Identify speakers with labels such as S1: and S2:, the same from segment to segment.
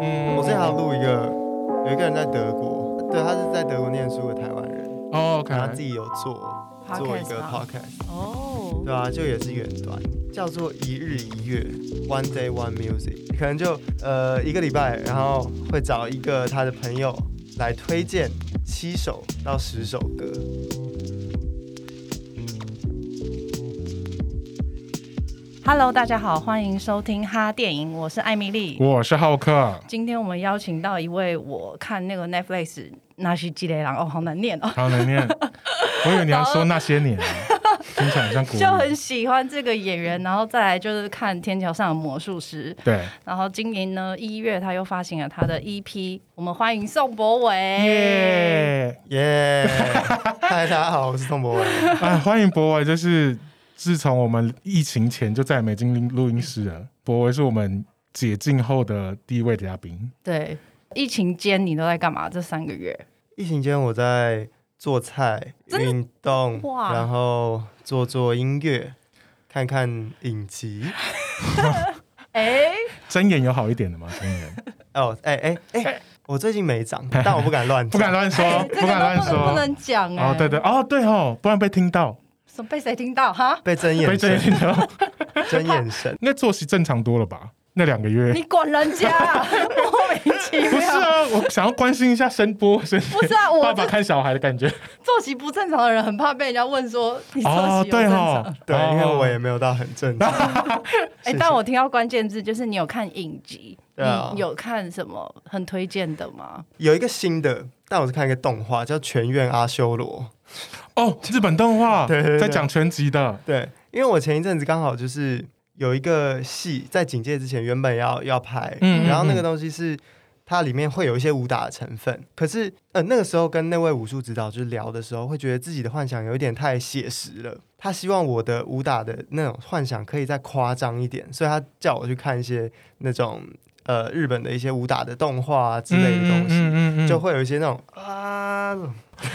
S1: 嗯，
S2: 我之前还有录一个，
S3: 哦
S2: 有一个人在德国，对他是在德国念书的台湾人，
S1: 哦，OK，
S2: 然后他自己有做做一
S3: Podcast
S2: 个
S3: 吗
S2: podcast，
S3: 哦，
S2: 对啊，就也是远端，叫做一日一月 （One Day One Music），可能就呃一个礼拜，然后会找一个他的朋友来推荐七首到十首歌。
S3: Hello，大家好，欢迎收听哈电影，我是艾米丽。
S1: 我是浩克，
S3: 今天我们邀请到一位，我看那个 Netflix 那些积累狼哦，好难念哦，
S1: 好能 念。我以为你要说那些年，听起来很像古语
S3: 就很喜欢这个演员，然后再来就是看《天桥上的魔术师》，
S1: 对，
S3: 然后今年呢一月他又发行了他的 EP，我们欢迎宋博伟。
S1: 耶！
S2: 耶！嗨，大家好，我是宋博文。
S1: 啊，欢迎博维，就是自从我们疫情前就再也没进录音室了，博维是我们解禁后的第一位嘉宾。
S3: 对，疫情间你都在干嘛？这三个月？
S2: 疫情间我在做菜、
S3: 真的
S2: 运动，
S3: 哇
S2: 然后做做音乐，看看影集。
S3: 哎，
S1: 睁眼有好一点的吗？睁 眼
S2: 哦，哎哎哎，我最近没涨，但我不敢乱，
S1: 不敢。乱说，
S3: 哎这
S1: 不
S3: 个
S1: 敢
S3: 都
S1: 乱
S3: 不能不
S1: 说。
S3: 能讲哎、
S1: 哦，对对，哦对哦，不然被听到，
S3: 什么被谁听到哈？
S2: 被睁
S1: 被
S2: 眼
S1: 睁眼
S2: 神，
S1: 听到，
S2: 睁 眼神。
S1: 应该作息正常多了吧？那两个月
S3: 你管人家啊，莫名其妙。
S1: 不是啊，我想要关心一下声波，声
S3: 不 是啊，
S1: 爸
S3: 我
S1: 爸
S3: 这
S1: 看小孩的感觉。
S3: 作息不正常的人，很怕被人家问说你作息有
S1: 对
S3: 正常。
S1: 哦，
S2: 对，因为我也
S1: 哦
S2: 没有到很 正常。
S3: 哎、
S2: 谢谢
S3: 但我听到关键字就是你有看影集，
S2: 对啊
S3: 你有看什么很推荐的吗？
S2: 有一个新的，但我是看一个动画叫《全院阿修罗
S1: 哦，日本动画
S2: 对对对
S1: 在讲全集的》。，
S2: 对，因为我前一阵子刚好就是有一个戏在警戒之前，原本要要拍，
S1: 嗯嗯
S2: 然后那个
S1: 嗯
S2: 东西是。它里面会有一些武打的成分，可是呃那个时候跟那位武术指导就是聊的时候，会觉得自己的幻想有一点太写实了。他希望我的武打的那种幻想可以再夸张一点，所以他叫我去看一些那种呃日本的一些武打的动画啊之类的东西，
S1: 嗯
S2: 就会有一些那种啊，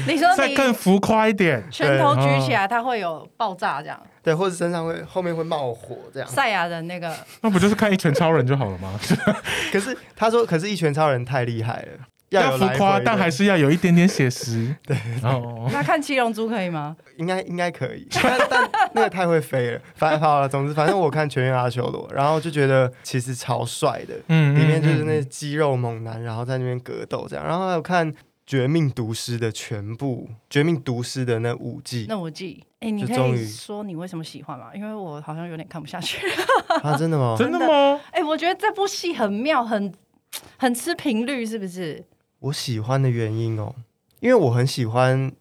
S3: 你说
S1: 再
S3: 你
S1: 更浮夸一点。
S3: 拳头举起来，它会有爆炸这样，
S2: 对，或者身上会后面会冒火这样。
S3: 赛亚人那个
S1: 那不就是看一拳超人就好了 吗？
S2: 可是他说，可是一拳超人太厉害了，有
S1: 浮
S2: 来
S1: 夸，
S2: 回的
S1: 但还是要有一点点写实。 对，哦，
S3: 那看七龙珠可以吗？
S2: 应该应该可以，但但那个太会飞了。反正好了，总之反正我看《全员阿修罗》，然后就觉得其实超帅的，
S1: 嗯
S2: 里面就是那肌肉猛男，然后在那边格斗这样，然后还有看《绝命毒师》的全部，《绝命毒师》的那五 季，
S3: 那我记。哎、你
S2: 就
S3: 可
S2: 终
S3: 以
S2: 于
S3: 说你为什么喜欢吗？因为我好像有点看不下去。
S2: 啊，真的吗？
S1: 嗯真的吗？
S3: 哎、我觉得这部戏很妙，很很吃频率，是不是？
S2: 我喜欢的原因哦，因为我很喜欢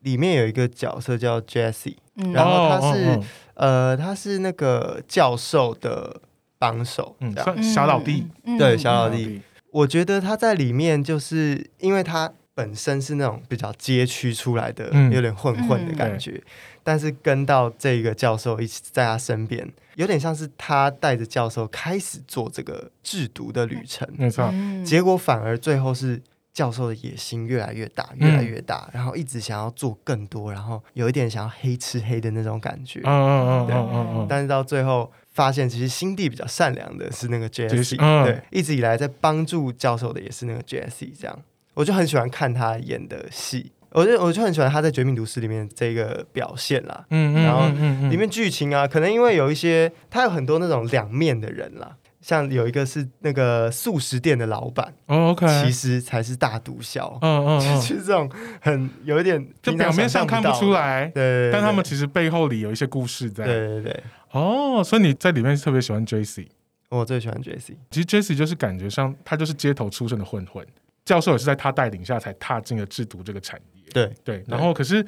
S2: 里面有一个角色叫 Jesse，
S3: 嗯，
S2: 然后他是
S1: 哦哦
S2: 呃，他是那个教授的帮手，
S1: 嗯，
S2: 这样。
S1: 算小老弟，
S3: 嗯，嗯
S2: 对小老
S1: 小
S2: 弟我觉得他在里面就是因为他本身是那种比较街区出来的，
S1: 嗯
S2: 有点混混的感觉，但是跟到这个教授一起在他身边，有点像是他带着教授开始做这个制毒的旅程，
S1: 没错，
S3: 嗯
S2: 结果反而最后是。教授的野心越来越大，越来越大，然后一直想要做更多，然后有一点想要黑吃黑的那种感觉。
S1: 嗯嗯嗯嗯嗯嗯，
S2: 但是到最后发现，其实心地比较善良的是那个
S1: Jesse，
S2: Jesse，、
S1: 嗯
S2: 对，一直以来在帮助教授的也是那个 Jesse，这样，我就很喜欢看他演的戏，我就我就很喜欢他在《绝命毒师》里面这个表现啦。
S1: 嗯
S2: 然后
S1: 嗯
S2: 里面剧情啊，可能因为有一些他有很多那种两面的人啦，像有一个是那个素食店的老板，
S1: 哦 OK，
S2: 其实才是大毒枭，
S1: 嗯嗯嗯，
S2: 就是这种很有一点
S1: 就表面上看不出，来，
S2: 对对对对
S1: 但他们其实背后里有一些故事在。
S2: 对对对对，
S1: 哦，所以你在里面特别喜欢 J.C.，
S2: 我最喜欢 Jesse，
S1: 其实 J.C. 就是感觉上他就是街头出身的混混，教授也是在他带领下才踏进了制毒这个产业。
S2: 对
S1: 对，然后可是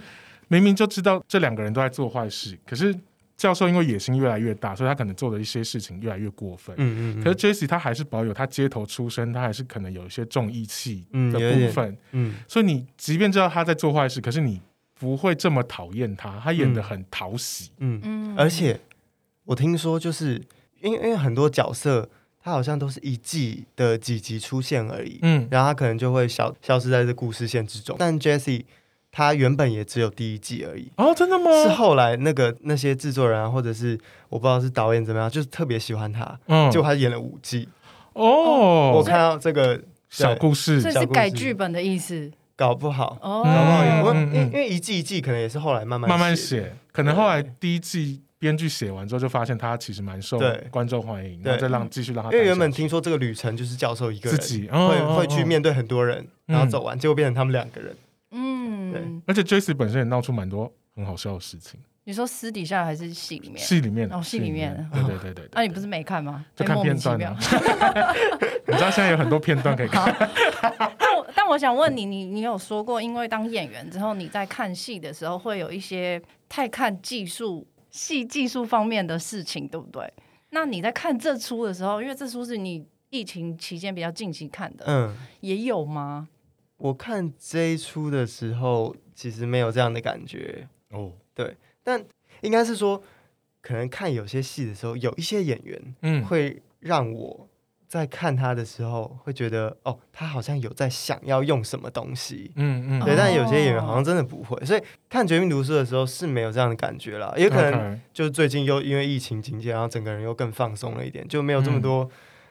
S1: 明明就知道这两个人都在做坏事，可是教授因为野心越来越大，所以他可能做的一些事情越来越过分。
S2: 嗯嗯嗯，
S1: 可是 J.C. 他还是保有他街头出身，他还是可能有一些重义气
S2: 嗯
S1: 的
S2: 有一点
S1: 部分，
S2: 嗯。
S1: 所以你即便知道他在做坏事，可是你不会这么讨厌他，他演的很讨喜。
S2: 嗯，
S3: 嗯
S2: 而且我听说，就是因为因为很多角色，他好像都是一季的几集出现而已，
S1: 嗯，
S2: 然后他可能就会消消失在这故事线之中。但 Jesse 他原本也只有第一季而已。
S1: 哦，真的吗？
S2: 是后来那个那些制作人啊，或者是我不知道是导演怎么样，就是特别喜欢他，
S1: 嗯
S2: 结果他演了五季，
S1: 哦
S2: 我，看到这个
S1: 小故
S3: 所
S1: 事
S3: 以
S2: 小
S3: 是
S2: 故事
S3: 改剧本的意思
S2: 搞不好，
S3: 哦。
S2: 搞不好有，
S1: 嗯
S2: 因为因为一季一季可能也是后来慢慢
S1: 慢慢
S2: 写，
S1: 写，可能后来第一季编剧写完之后就发现他其实蛮受
S2: 对
S1: 观众欢迎，
S2: 对嗯
S1: 然后再让继续让他
S2: 因
S1: 待下去。
S2: 为原本听说这个旅程就是教授一个
S1: 自
S2: 人
S1: 己嗯
S2: 会
S1: 会
S2: 会去，面对很多人，然后
S1: 嗯
S2: 走完，结果变成他们两个人。
S3: 嗯，
S1: 而且 Jacy 本身也闹出蛮多很好笑的事情，
S3: 你说私底下还是戏里面？
S1: 戏里面
S3: 哦戏里面
S1: 对对对对对，
S3: 啊，你不是没看吗？
S1: 就
S3: 哎
S1: 看
S3: 莫
S1: 片
S3: 名其
S1: 段
S3: 妙
S1: 啊。 你知道现在有很多片段可以看，
S3: 但我但我想问你，你你有说过，因为当演员之后，你在看戏的时候会有一些太看技术、戏技术方面的事情，对不对？那你在看这出的时候，因为这出是你疫情期间比较近期看的，
S2: 嗯，
S3: 也有吗？
S2: 我看这一出的时候，其实没有这样的感觉，
S1: 哦，
S2: 应该是说，可能看有些戏的时候，有一些演员
S1: 嗯，
S2: 会让我在看他的时候，会觉得哦，他好像有在想要用什么东西。
S1: 嗯嗯，
S2: 对，
S3: 哦
S2: 但有些演员好像真的不会，所以看《绝命毒师》的时候是没有这样的感觉啦，也可能
S1: OK
S2: 就是最近又因为疫情警戒，然后整个人又更放松了一点，就没有这么
S1: 嗯
S2: 多、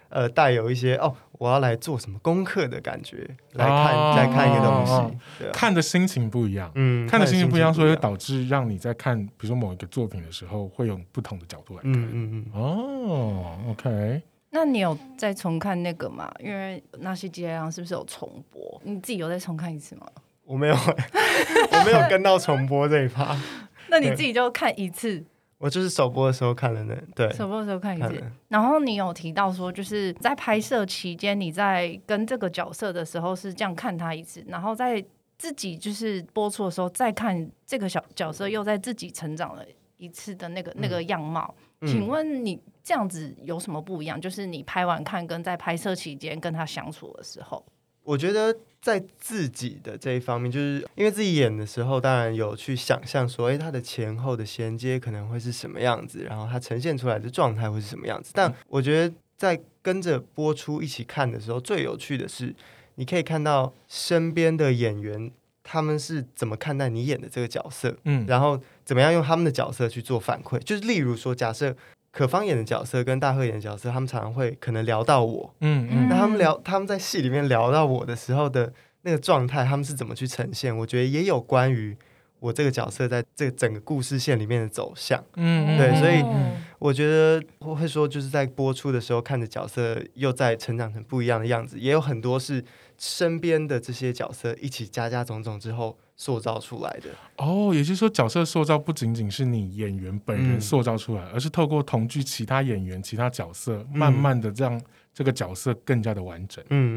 S2: 呃带有一些哦我要来做什么功课的感觉来看、
S1: 哦
S2: 来看一个东
S1: 哦
S2: 西，对啊，
S1: 看的心情不一样。
S2: 嗯，
S1: 看的心情不一样，所以会
S2: 导，
S1: 导致让你在看，比如说某一个作品的时候，会有不同的角度来看。
S2: 嗯嗯嗯，
S1: 哦，OK，
S3: 那你有再重看那个吗？因为那些街上是不是有重播？你自己有再重看一次吗？
S2: 我没有，我没有跟到重播这一趴，
S3: 那你自己就看一次，
S2: 我就是首播的时候看了那，对，
S3: 首播的时候看一
S2: 看
S3: 次
S2: 了。，
S3: 然后你有提到说，就是在拍摄期间，你在跟这个角色的时候是这样看他一次，然后在自己就是播出的时候再看这个小角色，又在自己成长了一次的那个那个样貌。
S2: 嗯
S3: 请问你这样子有什么不一样？就是你拍完看跟在拍摄期间跟他相处的时候，
S2: 我觉得在自己的这一方面，就是因为自己演的时候，当然有去想象说，哎，它的前后的衔接可能会是什么样子，然后它呈现出来的状态会是什么样子。但我觉得在跟着播出一起看的时候，最有趣的是，你可以看到身边的演员他们是怎么看待你演的这个角色，
S1: 嗯，
S2: 然后怎么样用他们的角色去做反馈。就是例如说，假设可芳演的角色跟大赫演的角色，他们常常会可能聊到我，
S1: 嗯嗯
S2: 那他们聊，他们在戏里面聊到我的时候的那个状态，他们是怎么去呈现？我觉得也有关于我这个角色在这整个故事线里面的走向。
S1: 嗯，
S2: 对所以
S3: 哦
S1: 嗯
S2: 我觉得我会说，就是在播出的时候看着角色又在成长成不一样的样子，也有很多是身边的这些角色一起加加种种之后塑造出来的。
S1: 哦，也就是说，角色塑造不仅仅是你演员本人
S2: 嗯
S1: 塑造出来，而是透过同剧其他演员、其他角色，
S2: 嗯
S1: 慢慢的让这个角色更加的完 整。
S2: 嗯嗯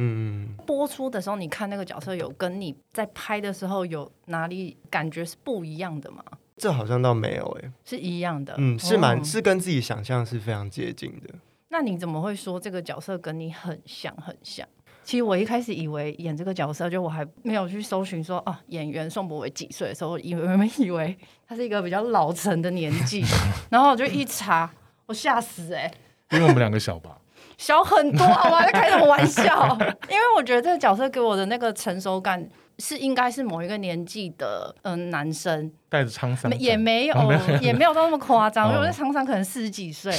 S2: 嗯，
S3: 播出的时候，你看那个角色有跟你在拍的时候有哪里感觉是不一样的吗？
S2: 这好像倒没有诶、
S3: 是一样的，
S2: 嗯，是蛮、
S3: 哦
S2: 是跟自己想象是非常接近的。
S3: 那你怎么会说这个角色跟你很像很像？其实我一开始以为演这个角色，就我还没有去搜寻说啊，演员宋博伟几岁的时候，我以为 我们以为他是一个比较老成的年 纪，然后我就一查，我吓死哎、
S1: 因为我们两个小吧，
S3: 小很 多，好吗？在开什么玩笑？ 因为我觉得这个角色给我的那个成熟感是应该是某一个年纪的嗯、男生，
S1: 带着沧桑
S3: 没也
S1: 感
S3: 没有
S1: 哦没，
S3: 也没有到那么夸张。
S1: 哦
S3: 因为我在常常可能四十几岁，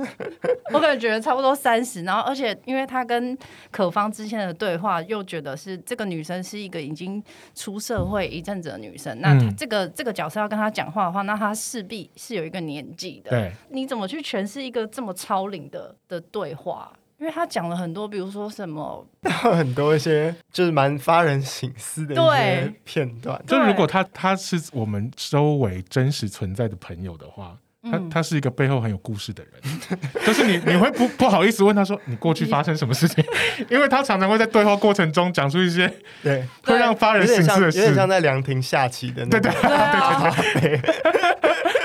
S3: 我可能觉得差不多三十。然后，而且因为他跟可芳之前的对话，又觉得是这个女生是一个已经出社会一阵子的女生。那她
S1: 嗯
S3: 这个这个角色要跟她讲话的话，那她势必是有一个年纪的。
S1: 对，
S3: 你怎么去诠释一个这么超龄的的对话？因为他讲了很多，比如说什么
S2: 很多一些就是蛮发人省思的一些
S3: 对
S2: 片段。
S1: 就
S3: 对
S1: 如果他他是我们周围真实存在的朋友的话。他
S3: 嗯
S1: 他是一个背后很有故事的人，就是你你会不不好意思问他说你过去发生什么事情， 因为他常常会在对话过程中讲出一些
S2: 对，
S1: 会让发人
S2: 有点
S1: 深
S2: 像
S1: 思
S2: 有
S1: 的
S2: 点
S1: 事。
S2: 像在凉亭下棋的那
S1: 对
S2: 个
S1: 对
S3: 对啊，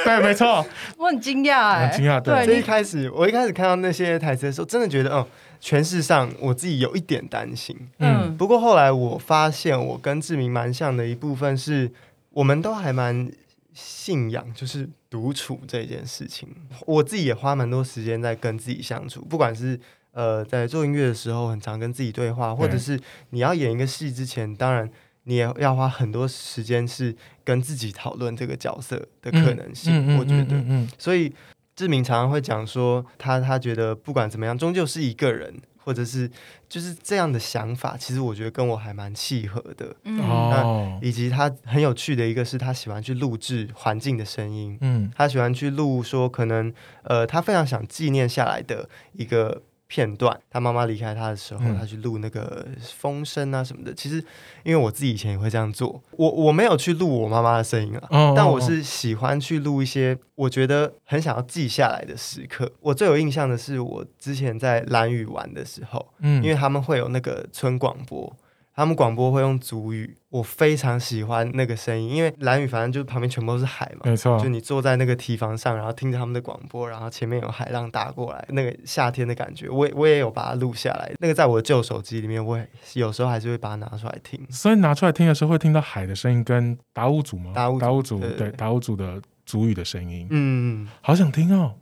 S1: 对，没错，
S3: 我很惊讶哎，
S1: 很惊讶对
S3: 对，
S2: 所以一
S3: 你
S2: 开始我一开始看到那些台词的时候，真的觉得，嗯，诠释上我自己有一点担心。
S1: 嗯
S3: 嗯
S2: 不过后来我发现，我跟志明蛮像的一部分是，我们都还蛮信仰就是独处这件事情。我自己也花蛮多时间在跟自己相处，不管是呃在做音乐的时候，很常跟自己对话，或者是你要演一个戏之前，当然你也要花很多时间是跟自己讨论这个角色的可能性。
S1: 嗯
S2: 我觉得。
S1: 嗯嗯嗯嗯
S2: 所以志明常常会讲说，他他觉得不管怎么样，终究是一个人，或者是就是这样的想法，其实我觉得跟我还蛮契合的。
S3: 嗯
S1: 哦，
S2: 以及他很有趣的一个是，他喜欢去录制环境的声音，
S1: 嗯
S2: 他喜欢去录说可能呃，他非常想纪念下来的一个片段。他妈妈离开他的时候，
S1: 嗯
S2: 他去录那个风声啊什么的。其实，因为我自己以前也会这样做，我我没有去录我妈妈的声音啊，
S1: 哦
S2: 但我是喜欢去录一些我觉得很想要记下来的时刻。我最有印象的是我之前在蓝屿玩的时候，
S1: 嗯，
S2: 因为他们会有那个村广播，他们广播会用族语，我非常喜欢那个声音，因为蓝屿反正就旁边全部都是海嘛，
S1: 没错
S2: 就，你坐在那个堤防上，然后听着他们的广播，然后前面有海浪打过来，那个夏天的感觉，我也我也有把它录下来，那个在我的旧手机里面，我也有时候还是会把它拿出来听。
S1: 所以拿出来听的时候会听到海的声音跟达悟族吗？
S2: 达悟族
S1: 族
S2: 对对
S1: 对
S2: 对
S1: 达悟族的族语的声音，
S2: 嗯，
S1: 好想听哦。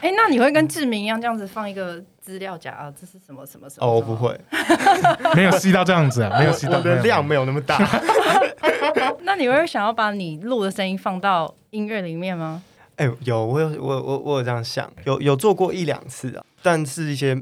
S3: 哎、那你会跟志明一样这样子放一个资料夹啊？这是什么什么什么？
S2: 哦，我
S3: 什
S2: 不。
S3: 么
S2: 会，
S1: 没有吸到这样子啊，没有吸到
S2: 我的量没
S1: 有。
S2: 有那么大。
S3: 那你会想要把你录的声音放到音乐里面吗？
S2: 哎、有我有我我我有这样想，有有做过一两次啊，但是一些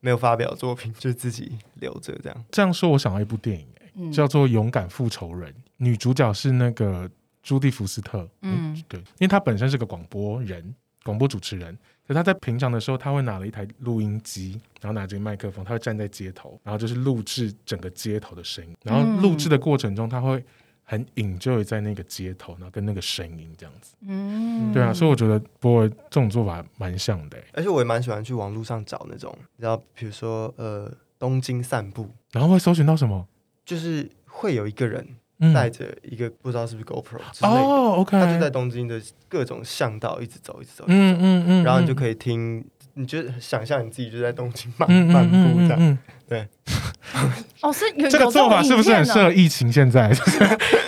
S2: 没有发表的作品，就自己留着这样。
S1: 这样说，我想到一部电影、欸
S3: 嗯，
S1: 叫做《勇敢复仇人》，女主角是那个朱蒂福斯特。
S3: 嗯
S1: 嗯，对，因为她本身是个广播人，广播主持人。可她在平常的时候，她会拿了一台录音机，然后拿着一个麦克风，她会站在街头，然后就是录制整个街头的声音。然
S2: 嗯
S1: 后录制的过程中，她会很 enjoy 在那个街头，然后跟那个声音这样子。
S3: 嗯
S1: 对啊，所以我觉得波尔这种做法蛮像的欸、
S2: 而且我也蛮喜欢去网络上找那种，你知道，比如说呃，东京散步，
S1: 然后会搜寻到什么？
S2: 就是会有一个人
S1: 嗯，
S2: 带着一个、不知道是不是 GoPro 之类的，
S1: 哦，OK，
S2: 他就在东京的各种巷道一直走，一直走，
S1: 嗯嗯嗯，
S2: 然后你就
S1: 以
S2: 可以听，你就想象你自己就在东京漫
S1: 嗯
S2: 漫步这
S1: 嗯嗯
S2: 样。啊
S1: 嗯
S3: 哦，是有
S1: 嗯，这个做法是不是很适？
S3: 有
S1: 合疫情现在？ 就是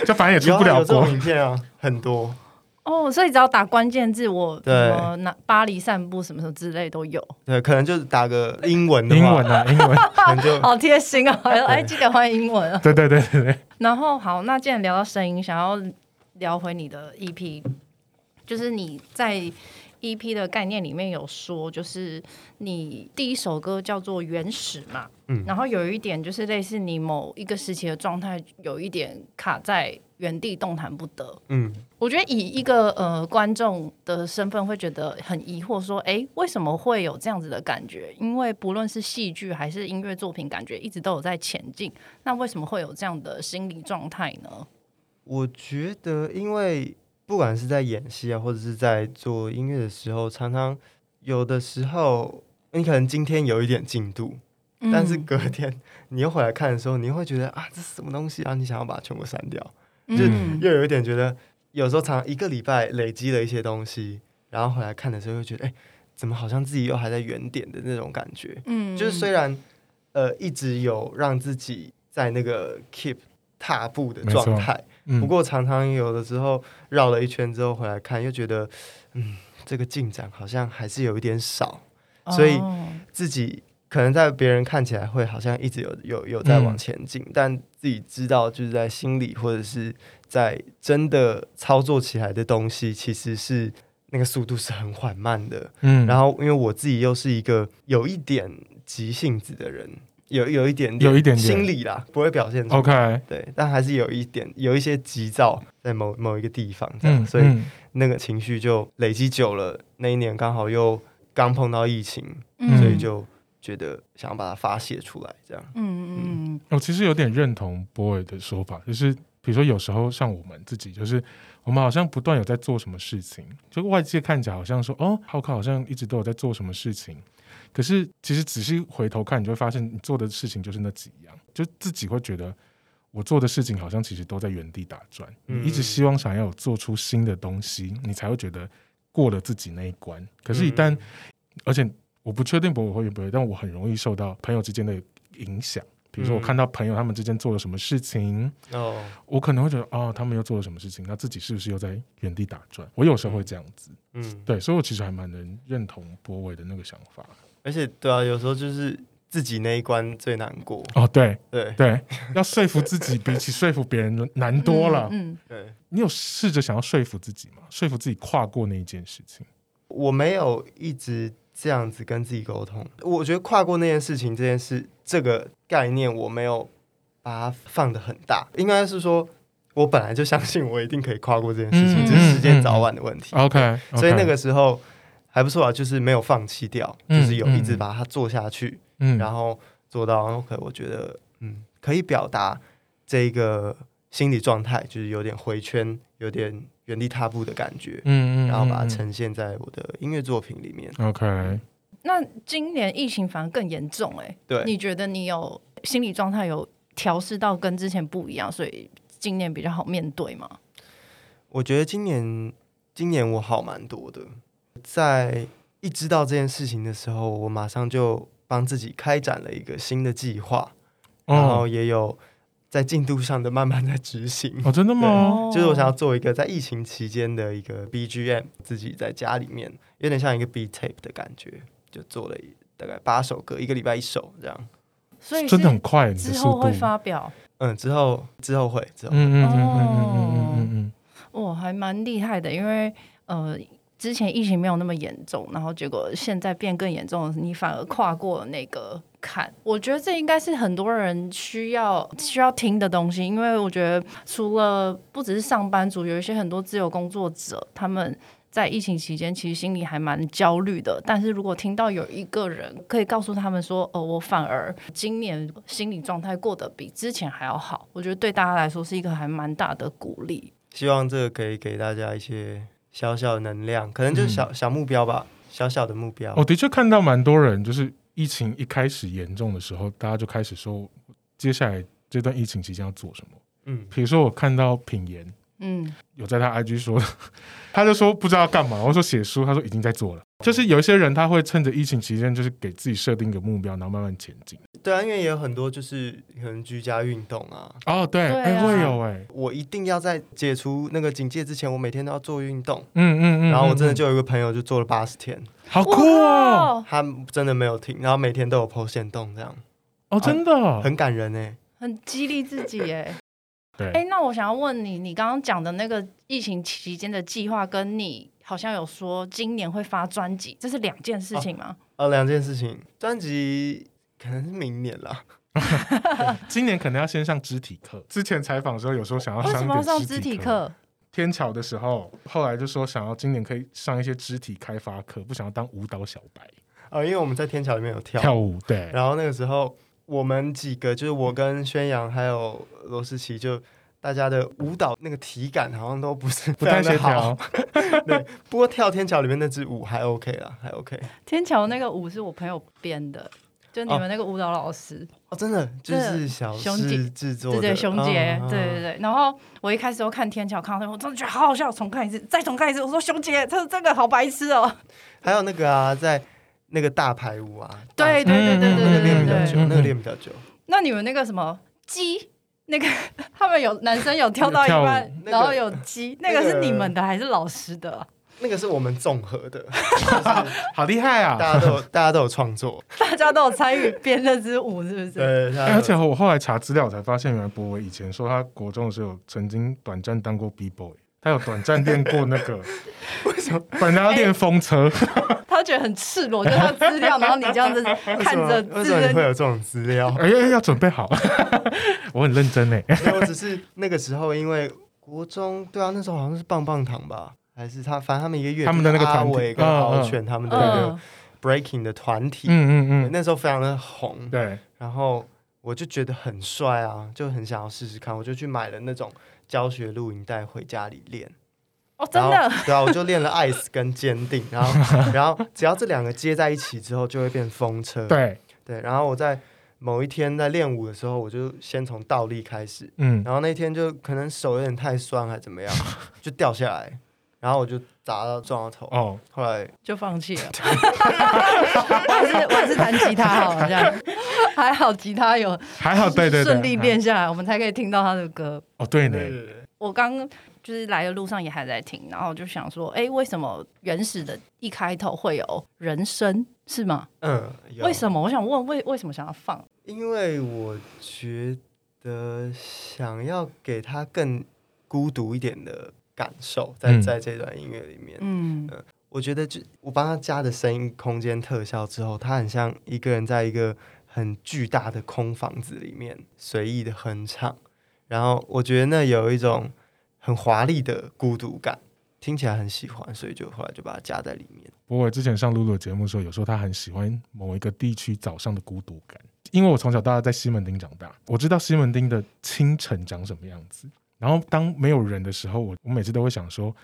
S1: 就反正也
S2: 有
S1: 出
S2: 啊
S1: 不了
S2: 有这种
S1: 国。
S2: 影片啊，很多。
S3: 种哦，所以只要打关键字，我
S2: 对
S3: 什么那巴黎散步什么什么之类都有，
S2: 对，可能就是打个英文的
S1: 英
S2: 话，
S1: 文啊，英文，
S2: 可能就
S3: 好贴心 啊！哎，记得换英文啊。
S1: 对对对对对，
S3: 然后好，那既然聊到声音，想要聊回你的 EP，就是你在 EP 的概念里面有说，就是你第一首歌叫做《原始》嘛，
S2: 嗯
S3: 然后有一点就是类似你某一个时期的状态，有一点卡在原地动弹不得，
S2: 嗯，
S3: 我觉得以一个呃观众的身份，会觉得很疑惑，说，诶，为什么会有这样子的感觉？因为不论是戏剧还是音乐作品，感觉一直都有在前进，那为什么会有这样的心理状态呢？
S2: 我觉得，因为不管是在演戏啊，或者是在做音乐的时候，常常有的时候，你可能今天有一点进度，但
S3: 嗯
S2: 是隔天你又回来看的时候，你又会觉得啊，这是什么东西啊？你想要把它全部删掉，
S1: 就
S3: 嗯，
S2: 又有一点觉得，有时候常一个礼拜累积了一些东西，然后回来看的时候，又觉得哎、怎么好像自己又还在原点的那种感觉？
S3: 嗯
S2: 就是虽然呃一直有让自己在那个 keep 踏步的
S1: 没错
S2: 状态。
S1: 嗯，
S2: 不过常常有的时候绕了一圈之后回来看，又觉得，嗯，这个进展好像还是有一点少，所以
S3: 哦
S2: 自己可能在别人看起来会好像一直有有有在往
S1: 嗯
S2: 前进，但自己知道就是在心里或者是在真的操作起来的东西，其实是那个速度是很缓慢的。
S1: 嗯，
S2: 然后因为我自己又是一个有一点急性子的人，有有一点
S1: 有一点点
S2: 心理啦，不会表现出来
S1: OK，
S2: 对，但还是有一点有一些急躁在某某一个地方这样，
S1: 嗯，
S2: 所以
S1: 嗯
S2: 那个情绪就累积久了。那一年刚好又刚碰到疫情，
S3: 嗯
S2: 所以就觉得想要把它发泄出来，这样。
S3: 嗯嗯
S1: 我其实有点认同波尔的说法，就是比如说有时候像我们自己，就是我们好像不断有在做什么事情，就外界看起来好像说哦，浩克好像一直都有在做什么事情，可是其实仔细回头看，你就会发现你做的事情就是那几样，就自己会觉得我做的事情好像其实都在原地打转，
S2: 嗯
S1: 你一直希望想要有做出新的东西，你才会觉得过了自己那一关。可是，一旦、
S2: 嗯
S1: 而且我不确定博友会不会，但我很容易受到朋友之间的影响。比如说，我
S2: 嗯
S1: 看到朋友他们之间做了什么事情，
S2: 哦，
S1: 我可能会觉得哦，他们又做了什么事情，那自己是不是又在原地打转？我有时候会这样子，
S2: 嗯，
S1: 对，所以我其实还蛮能认同博伟的那个想法。
S2: 而且对啊，有时候就是自己那一关最难过，
S1: 哦，对
S2: 对
S1: 对， 要说服自己比起说服别人难多了。
S3: 嗯，
S2: 对。
S1: 你有试着想要说服自己吗？说服自己跨过那一件事情？
S2: 我没有一直这样子跟自己沟通。我觉得跨过那件事情，这件事这个概念我没有把它放得很大，应该是说我本来就相信我一定可以跨过这件事
S1: 嗯
S2: 情，只是时
S1: 嗯嗯
S2: 间早晚的问题。
S1: OK，
S2: 所以那个时候还不错啊，就是没有放弃掉，
S1: 嗯
S2: 就是有一直
S1: 嗯
S2: 把它做下去，
S1: 嗯，
S2: 然后做到。然后可我觉得，嗯，可以表达这个心理状态，就是有点回圈，有点原地踏步的感觉，
S1: 嗯嗯，
S2: 然后把它
S1: 嗯
S2: 呈现在我的音乐作品里面。
S1: 嗯 OK，
S3: 那今年疫情反而更严重哎、
S2: 对，
S3: 你觉得你有心理状态有调试到跟之前不一样，所以今年比较好面对吗？
S2: 我觉得今年今年我好蛮多的，在一知道这件事情的时候，我马上就帮自己开展了一个新的计划，然后
S1: 哦
S2: 也有在进度上的慢慢在执行。
S1: 哦，真的吗？
S2: 嗯就是我想
S3: 哦
S2: 要做一个在疫情期间的一个 BGM，自己在家里面有点像一个 B tape 的感觉，就做了一大概八首歌，一个礼拜一首这样。
S3: 所以是
S1: 真的很快，你的
S3: 之
S1: 速度
S3: 后会。发表，
S2: 嗯，之后之后会之后，
S1: 嗯嗯嗯嗯嗯嗯嗯嗯
S3: 哦，还蛮厉害的，因为呃。之前疫情没有那么严重，然后结果现在变更严重，你反而跨过了那个坎。我觉得这应该是很多人需要需要听的东西，因为我觉得除了不只是上班族，有一些很多自由工作者，他们在疫情期间其实心里还蛮焦虑的。但是如果听到有一个人可以告诉他们说，哦，我反而今年心理状态过得比之前还要好，我觉得对大家来说是一个还蛮大的鼓励。
S2: 希望这个可以给大家一些小小的能量，可能
S1: 嗯
S2: 就是小、小目标吧，小小的目标。
S3: 哦
S1: 嗯，我的确看到蛮多人，就是疫情一开始严重的时候，大家就开始说，接下来这段疫情期间要做什么。
S2: 嗯，
S1: 比如说，我看到品言
S3: 嗯，
S1: 有在他 IG 说， 他就说不知道要干嘛，我说写书，他说已经在做了。就是有一些人他会趁着疫情期间，就是给自己设定一个目标，然后慢慢前进。
S2: 对啊，因为也有很多就是可能居家运动啊，
S1: 哦，对，
S3: 对啊
S1: 哎、会有哎、
S2: 我一定要在解除那个警戒之前，我每天都要做运动。
S1: 嗯嗯嗯，
S2: 然后我真的
S1: 嗯
S2: 就有一个朋友就做了八十天，
S1: 好酷哦，
S3: 哇，
S2: 他真的没有停，然后每天都有 PO 线动，这样
S1: 哦，真的哦，
S2: 很感人呢、欸
S3: 很激励自己耶。
S1: 对，
S3: 哎，那我想要问你，你刚刚讲的那个疫情期间的计划，跟你好像有说今年会发专辑，这是两件事情吗？
S2: 呃，两件事情，专辑可能是明年啦。
S1: 今年可能要先上肢体课。之前采访的时候，有时候想要
S3: 为
S1: 上
S3: 什
S1: 一
S3: 么要
S1: 点
S3: 上肢体
S1: 体课。
S3: 课？
S1: 天桥的时候，后来就说想要今年可以上一些肢体开发课，不想要当舞蹈小白，
S2: 呃，因为我们在天桥里面有跳，
S1: 跳舞对，
S2: 然后那个时候我们几个就是我跟宣阳还有罗思琪，就大家的舞蹈那个体感好像都不是
S1: 不
S2: 非常
S1: 太协
S2: 的好
S1: 调。。
S2: 不过跳天桥里面那支舞还 OK 啦，还 OK。
S3: 天桥那个舞是我朋友编的，就你们那个舞蹈老师，
S2: 哦，真的就
S3: 这
S2: 是小
S3: 熊
S2: 事
S3: 姐
S2: 制作
S3: 对
S2: 的，
S3: 对，熊姐
S2: 啊，
S3: 对对。对。然后我一开始都看天桥，看到他们，我真的觉得好好笑，重看一次，再重看一次。我说熊姐，这这个好白痴哦。
S2: 还有那个啊，在那个大排舞啊，
S3: 对
S2: 大
S3: 对对对
S2: 那个
S3: 对
S2: 练
S3: 对
S2: 比较
S3: 对
S2: 久，
S3: 对。
S2: 那个练比较久。
S3: 那你们那个什么鸡，那个 他们有男生有跳到一半，
S2: 那个跳舞
S3: 然后有鸡，
S2: 那
S3: 那
S2: 个
S3: 个是你们的还是老师的啊？
S2: 那个是我们综合的，
S1: 好厉害啊！
S2: 大家都有大家都有创作，
S3: 大家都有参与编那支舞， 是不是？
S2: 对，大
S1: 哎
S2: 家
S1: 而
S2: 都有
S1: 且我后来查资料才发现，原来博伟以前说他国中的时候有曾经短暂当过 B boy，他有短暂练过那 个，
S2: 为什么
S1: 本来要练风车，
S3: 他觉得很赤裸，就他资料，然后你这 样子看着
S2: 为
S3: 自
S2: 什么你会
S3: 认，
S2: 有这种资料？
S1: 哎哎，要准备好， 我很认真哎。
S2: 没有我只是那个时候因为国中，对啊，那时候好像是棒棒糖吧，还是他，反正他们一个乐队，
S1: 他们的那个
S2: 阿
S1: 团体
S2: 伟跟
S1: 嗯嗯
S2: 敖犬他们的那个
S3: 嗯，
S2: breaking 的团体，
S1: 嗯嗯
S2: 那时候非常的红
S1: 嗯，，对，
S2: 然后我就觉得很帅啊，就很想要试试看，我就去买了那种教学录影带回家里练。
S3: 哦，真
S2: 然后
S3: 的，
S2: 对啊，我就练了 ice 跟坚定，然后然后只要这两个接在一起之后，就会变风车。
S1: 对，
S2: 对然后我在某一天在练舞的时候，我就先从倒立开始，
S1: 嗯，
S2: 然后那天就可能手有点太酸还怎 么样，就掉下来，然后我就砸到撞到头，
S1: 哦，
S2: 后来
S3: 就放 弃了。我还是我还是弹吉他好了，这样还好吉 他有
S2: 哦
S1: 还好，对对对，
S3: 顺利练下来，我们才可以听到他的歌。
S1: 哦，对呢，
S2: 对
S3: 我刚就是来的路上也还在听，然后我就想说，哎，为什么原始的一开头会有人声是吗？
S2: 嗯，有
S3: 为什么？我想问，为为什么想要放？
S2: 因为我觉得想要给他更孤独一点的感受，在
S1: 嗯
S2: 在这段音乐里面，
S3: 嗯，
S2: 我觉得就我帮他加的声音空间特效之后，他很像一个人在一个很巨大的空房子里面随意的哼唱，然后我觉得那有一种很华丽的孤独感，听起来很喜欢，所以就后来就把它加在里面。
S1: 不过我之前上露露的节目的时候，有说她很喜欢某一个地区早上的孤独感，因为我从小到大在西门町长大，我知道西门町的清晨长什么样子。然后当没有人的时候，我我每次都会想说，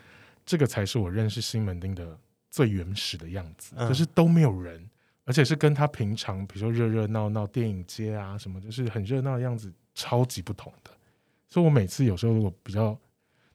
S1: 这个才是我认识西门町的最原始的样子，
S2: 嗯
S1: 就是都没有人，而且是跟他平常比如说热热闹闹电影街啊什么，就是很热闹的样子超级不同的。所以我每次有时候如果比较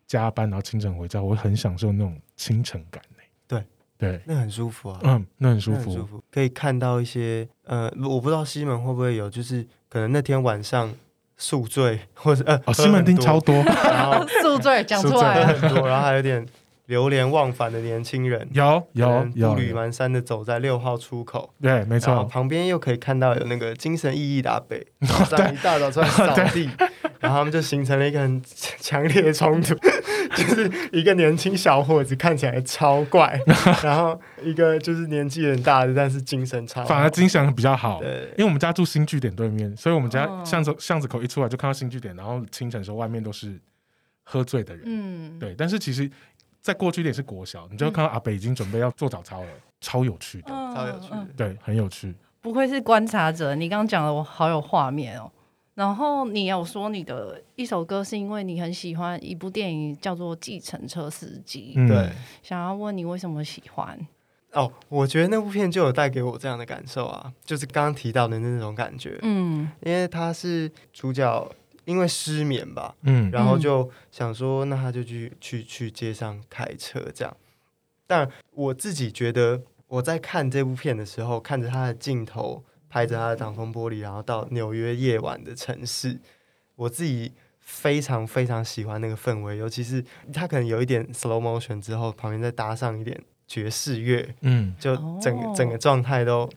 S1: 加班，然后清晨回家，我会很享受那种清晨感、欸、
S2: 对
S1: 对，
S2: 那很舒服啊，
S1: 嗯，那很舒
S2: 那很
S1: 服。
S2: 舒服，可以看到一些呃，我不知道西门会不会有，就是可能那天晚上宿醉或者呃，
S1: 哦，西门町超
S2: 多，
S1: 多，
S2: 然后
S3: 宿醉讲出来
S2: 喝
S3: 了，
S2: 很多，然后还有点流连忘返的年轻人，
S1: 有有
S2: 可能
S1: 有
S2: 步履
S1: 有，
S2: 蹒跚的走在六号出口，
S1: 对，没
S2: 然
S1: 错，
S2: 后旁边又可以看到有那个精神奕奕的阿 北，早上一大早出来扫地，然后他们就形成了一个很强烈的冲突， 就是一个年轻小伙子看起来超 怪，然后一个就是年纪很大的，但是精神超好，
S1: 反而精神比较好。
S2: 对
S1: 因为我们家住新据点对面，所以我们家
S3: 哦
S1: 巷子巷子口一出来就看到新据点，然后清晨的时候外面都是喝醉的人。
S3: 嗯，
S1: 对，但是其实，在过去一点是国小，你就会看到阿北已经准备要做早操了，超有趣的，
S3: 嗯，
S2: 超有趣的
S3: 嗯。
S1: 对，很有趣。
S3: 不愧是观察者，你刚刚讲的我好有画面哦。然后你有说你的一首歌是因为你很喜欢一部电影叫做《计程车司机》，
S1: 嗯，
S2: 对，
S3: 想要问你为什么喜欢？
S2: 哦，我觉得那部片就有带给我这样的感受啊，就是刚刚提到的那种感觉，
S3: 嗯
S2: 因为他是主角因为失眠吧，
S1: 嗯，
S2: 然后就想说，那他就去去去街上开车这样。但我自己觉得，我在看这部片的时候，看着他的镜头，拍着他的挡风玻璃，然后到纽约夜晚的城市，我自己非常非常喜欢那个氛围，尤其是他可能有一点 slow motion 之后，旁边再搭上一点爵士乐，
S1: 嗯，
S2: 就整个、
S3: 哦
S2: 整个状态都，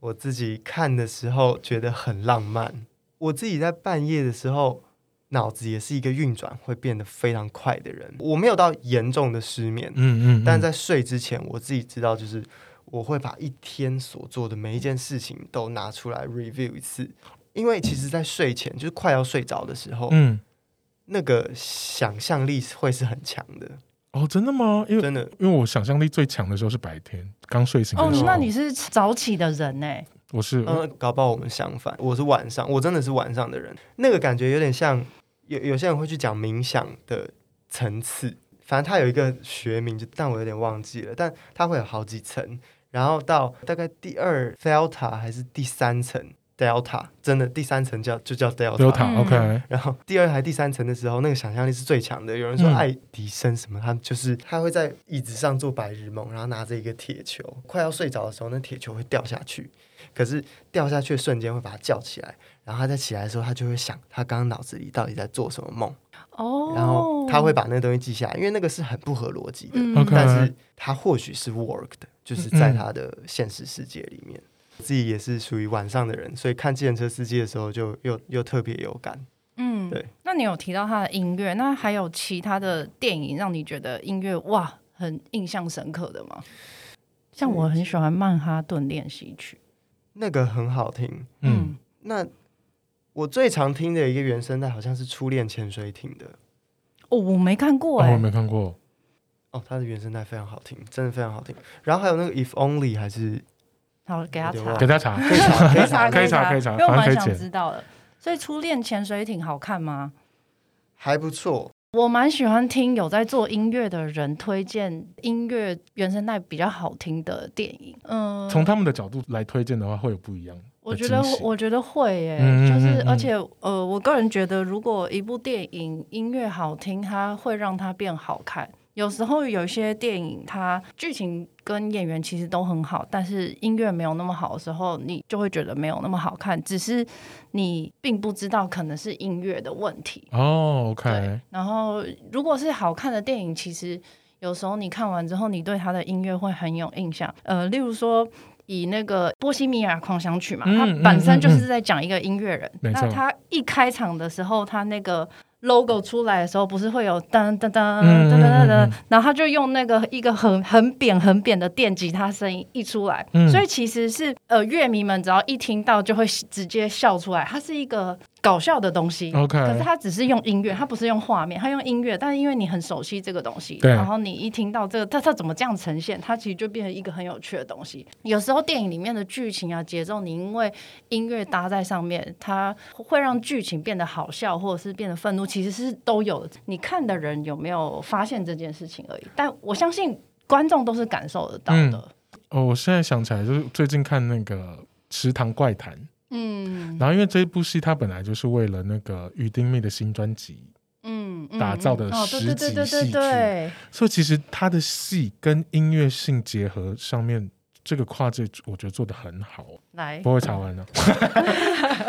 S2: 我自己看的时候觉得很浪漫。我自己在半夜的时候，脑子也是一个运转会变得非常快的人。我没有到严重的失眠
S1: 嗯，嗯嗯，
S2: 但在睡之前，我自己知道就是。我会把一天所做的每一件事情都拿出来 review 一次，因为其实，在睡前就是快要睡着的时候，
S1: 嗯，
S2: 那个想象力会是很强的，
S1: 哦，真的吗？因为
S2: 真的。
S1: 因为我想象力最强的时候是白天，刚睡醒
S3: 哦
S1: 的时，候。
S3: 那你是早起的人欸呢、
S1: 我是
S2: 嗯，搞不好我们相反，我是晚上，我真的是晚上的人，那个感觉有点像有有些人会去讲冥想的层次，反正它有一个学名，就但我有点忘记了，但它会有好几层，然后到大概第二 delta 还是第三层 delta，真的第三层叫就叫 delta。
S1: 丢塔
S3: 嗯
S1: OK，
S2: 然后第二还第三层的时候，那个想象力是最强的。有人说
S1: 嗯
S2: 爱迪生什么，他就是他会在椅子上做白日梦，然后拿着一个铁球，快要睡着的时候，那铁球会掉下去，可是掉下去的瞬间会把他叫起来，然后他再起来的时候，他就会想他刚刚脑子里到底在做什么梦，
S3: 哦，
S2: 然后他会把那个东西记下来，因为那个是很不合逻辑的，
S3: 嗯
S1: OK
S2: 但是他或许是 work 的，就是在他的现实世界里面。自己也是属于晚上的人，所以看计程车司机的时候就又又特别有感。
S3: 嗯
S2: 对。
S3: 那你有提到他的音乐，那还有其他的电影让你觉得音乐哇很印象深刻的吗？像我很喜欢《曼哈顿练习曲》，
S2: 那个很好听。
S1: 嗯，
S2: 那我最常听的一个原声带好像是《初恋潜水艇》的
S3: 哦，我没看过
S1: 哦，
S3: 哎、
S1: 我没看过，
S2: 哦，它的原声带非常好听，真的非常好听。然后还有那个《If Only》还是
S3: 好，给他
S2: 有
S3: 查
S2: 啊
S1: 给。大家 查。
S2: 可以查
S3: 可以查，
S1: 可以查
S3: 查，
S1: 可以查
S3: 因为我
S1: 反正
S3: 蛮
S1: 可以
S3: 想
S1: 剪
S3: 知道的。所以《初恋潜水艇》好看吗？
S2: 还不错。
S3: 我蛮喜欢听有在做音乐的人推荐音乐原声带比较好听的电影。嗯，
S1: 从他们的角度来推荐的话，会有不一样的
S3: 我觉
S1: 惊
S3: 得
S1: 喜
S3: 我觉得会耶、
S1: 嗯嗯
S3: 就是
S1: 嗯
S3: 而且呃，我个人觉得，如果一部电影音乐好听，它会让它变好看。有时候有一些电影，它剧情跟演员其实都很好，但是音乐没有那么好的时候，你就会觉得没有那么好看。只是你并不知道，可能是音乐的问题。
S1: 哦
S3: 对
S1: ，OK，，
S3: 然后如果是好看的电影，其实有时候你看完之后，你对它的音乐会很有印象。呃，例如说以那个《波西米亚狂想曲》嘛，
S1: 嗯
S3: 它本身就是在讲一个音乐人，
S1: 没错
S3: 那他一开场的时候，他那个 logo 出来的时候，不是会有噔噔噔噔
S1: 嗯嗯
S3: 噔噔
S1: 嗯嗯
S3: 噔，然后他就用那个一个很很扁很扁的电吉他声音一出来，
S1: 嗯
S3: 所以其实是呃乐迷们只要一听到就会直接笑出来，它是一个搞笑的东西。
S1: OK，
S3: 可是它只是用音乐，它不是用画面，它用音乐。但是因为你很熟悉这个东西，
S1: 对
S3: 然后你一听到这个，它它怎么这样呈现，它其实就变成一个很有趣的东西。有时候电影里面的剧情啊、节奏，你因为音乐搭在上面，它会让剧情变得好笑，或者是变得愤怒，其实是都有的。你看的人有没有发现这件事情而已？但我相信观众都是感受得到的。
S1: 哦，我现在想起来，就是最近看那个《池塘怪谈》，
S3: 嗯
S1: 然后因为这一部戏它本来就是为了那个于丁密的新专辑，
S3: 嗯，
S1: 打造的
S3: 哦，对对对对
S1: 十
S3: 对
S1: 级戏剧
S3: 对，
S1: 所以其实它的戏跟音乐性结合上面，这个跨界我觉得做的很好。
S3: 来，
S1: 不会查完了，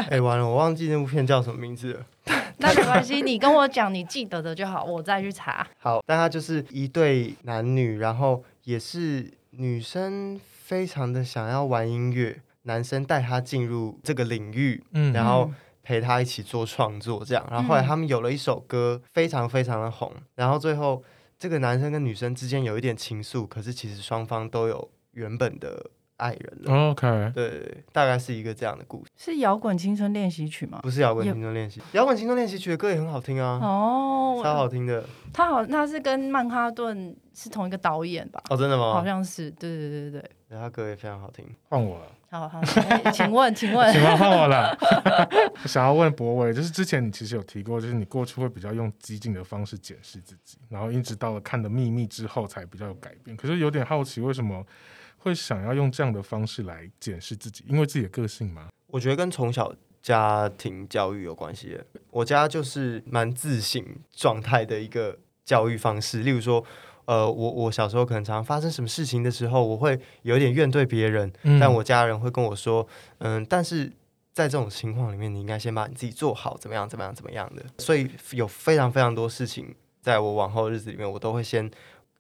S2: 哎、完了，我忘记那部片叫什么名字了。
S3: 那没关系，你跟我讲你记得的就好，我再去查。
S2: 好，但它就是一对男女，然后也是女生非常的想要玩音乐，男生带她进入这个领域，
S1: 嗯，
S2: 然后陪她一起做创作，这样。然后
S3: 嗯
S2: 后来他们有了一首歌，非常非常的红。然后最后这个男生跟女生之间有一点情愫，可是其实双方都有原本的爱人
S3: 嗯
S2: 了。
S1: OK，
S2: 对对，对大概是一个这样的故事，
S3: 是摇滚青春练习曲吗？
S2: 不是摇滚
S3: 也
S2: 青春练习。摇滚青春练习曲的歌也很好听啊，
S3: 哦，
S2: 超好
S3: 我
S2: 听的。
S3: 他好，那是跟曼哈顿是同一个导演吧？
S2: 哦，真的吗？
S3: 好像是，对对对对对。
S2: 然后歌也非常好听。
S1: 换我了，
S3: 好好， 哎请问，请问，
S1: 请问换我了。我 想要问博伟，就是之前你其实有提过，就是你过去会比较用激进的方式检视自己，然后一直到了看的秘密之后才比较有改变。可是有点好奇，为什么会想要用这样的方式来检视自己？因为自己的个性吗？
S2: 我觉得跟从小家庭教育有关系耶。我家就是蛮自省状态的一个教育方式，例如说。呃，我我小时候可能常常发生什么事情的时候，我会有点怨对别人，
S1: 嗯
S2: 但我家人会跟我说，嗯，但是在这种情况里面，你应该先把你自己做好，怎么样，怎么样，怎么样的。所以有非常非常多事情，在我往后的日子里面，我都会先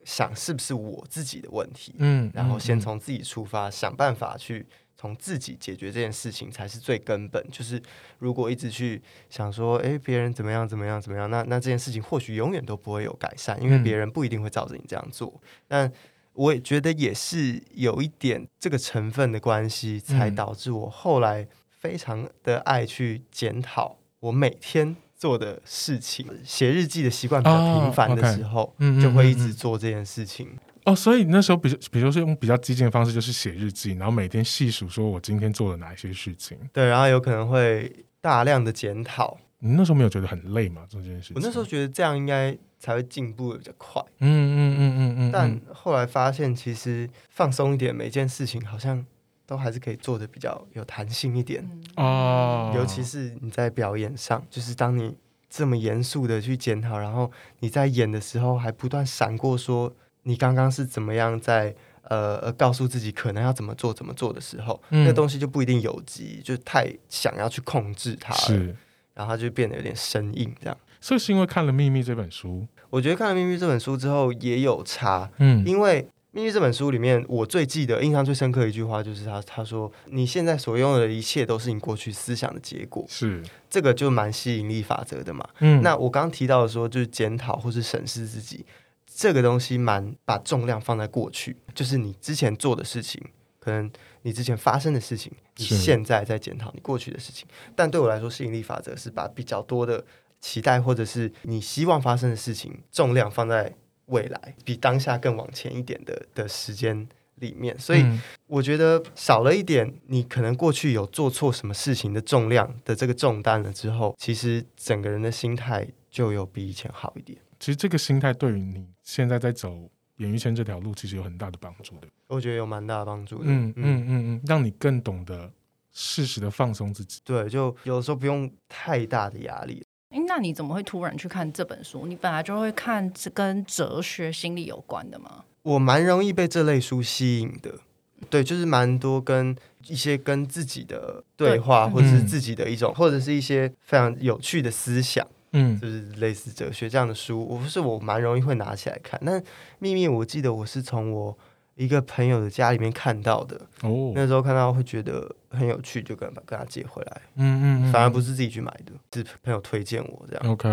S2: 想是不是我自己的问题，
S1: 嗯
S2: 然后先
S1: 嗯
S2: 从自己出发，想办法去从自己解决这件事情才是最根本。就是如果一直去想说，诶，别人怎么样怎么样怎么样，那那这件事情或许永远都不会有改善，因为
S1: 嗯
S2: 别人不一定会照着你这样做。但我也觉得也是有一点这个成分的关系，才
S1: 嗯
S2: 导致我后来非常的爱去检讨我每天做的事情，写日记的习惯比较
S1: 哦
S2: 频繁的
S1: ，OK
S2: 时候，
S1: 嗯
S2: 就会
S1: 嗯
S2: 一
S1: 嗯
S2: 直
S1: 嗯
S2: 做这件事情。
S1: 哦，所以那时候比较，比如说是用比较激进的方式，就是写日记，然后每天细数说我今天做了哪些事情。
S2: 对，然后有可能会大量的检讨。
S1: 你那时候没有觉得很累吗？做这件事情？
S2: 我那时候，觉得这样应该才会进步的比较快，
S1: 嗯嗯嗯嗯嗯，
S2: 但
S1: 嗯
S2: 后来发现其实放松一点，每件事情好像都还是可以做的比较有弹性一点。
S1: 哦，
S2: 尤其是你在表演上，就是当你这么严肃的去检讨，然后你在演的时候还不断闪过说你刚刚是怎么样在呃呃告诉自己可能要怎么做怎么做的时候，
S1: 嗯
S2: 那东西就不一定有机，就太想要去控制它了。
S1: 是，
S2: 然后它就变得有点生硬这样。
S1: 所以是因为看了《秘密》这本书，
S2: 我觉得看了《秘密》这本书之后也有差，
S1: 嗯
S2: 因为《秘密》这本书里面，我最记得、印象最深刻的一句话就是他他说：“你现在所用的一切都是你过去思想的结果。
S1: 是，”
S2: 这个就蛮吸引力法则的嘛。
S1: 嗯
S2: 那我刚提到的说，就是检讨或是审视自己，这个东西蛮把重量放在过去，就是你之前做的事情，可能你之前发生的事情，你
S1: 是
S2: 现在在检讨你过去的事情。但对我来说，吸引力法则是把比较多的期待或者是你希望发生的事情，重量放在未来，比当下更往前一点的的时间里面，所以。
S1: 嗯
S2: 我觉得少了一点，你可能过去有做错什么事情的重量的这个重担了之后，其实整个人的心态就有比以前好一点。
S1: 其实这个心态对于你现在在走演艺圈这条路，其实有很大的帮助的。
S2: 我觉得有蛮大的帮助的。
S1: 嗯嗯嗯嗯，让你更懂得适时的放松自己。
S2: 对，就有的时候不用太大的压力。
S3: 诶那你怎么会突然去看这本书？你本来就会看这跟哲学、心理有关的吗？
S2: 我蛮容易被这类书吸引的，对，就是蛮多跟一些跟自己的对话，
S3: 对
S2: 或者是
S1: 嗯
S2: 自己的一种，或者是一些非常有趣的思想。
S1: 嗯
S2: 就是类似哲学这样的书，我是我蛮容易会拿起来看。但《秘密》，我记得我是从我一个朋友的家里面看到的，
S1: 哦，
S2: 那时候看到会觉得很有趣，就跟跟他借回来，
S1: 嗯嗯，嗯
S2: 反而不
S1: 是
S2: 是自己去买的，是朋友推荐我这样。
S1: OK。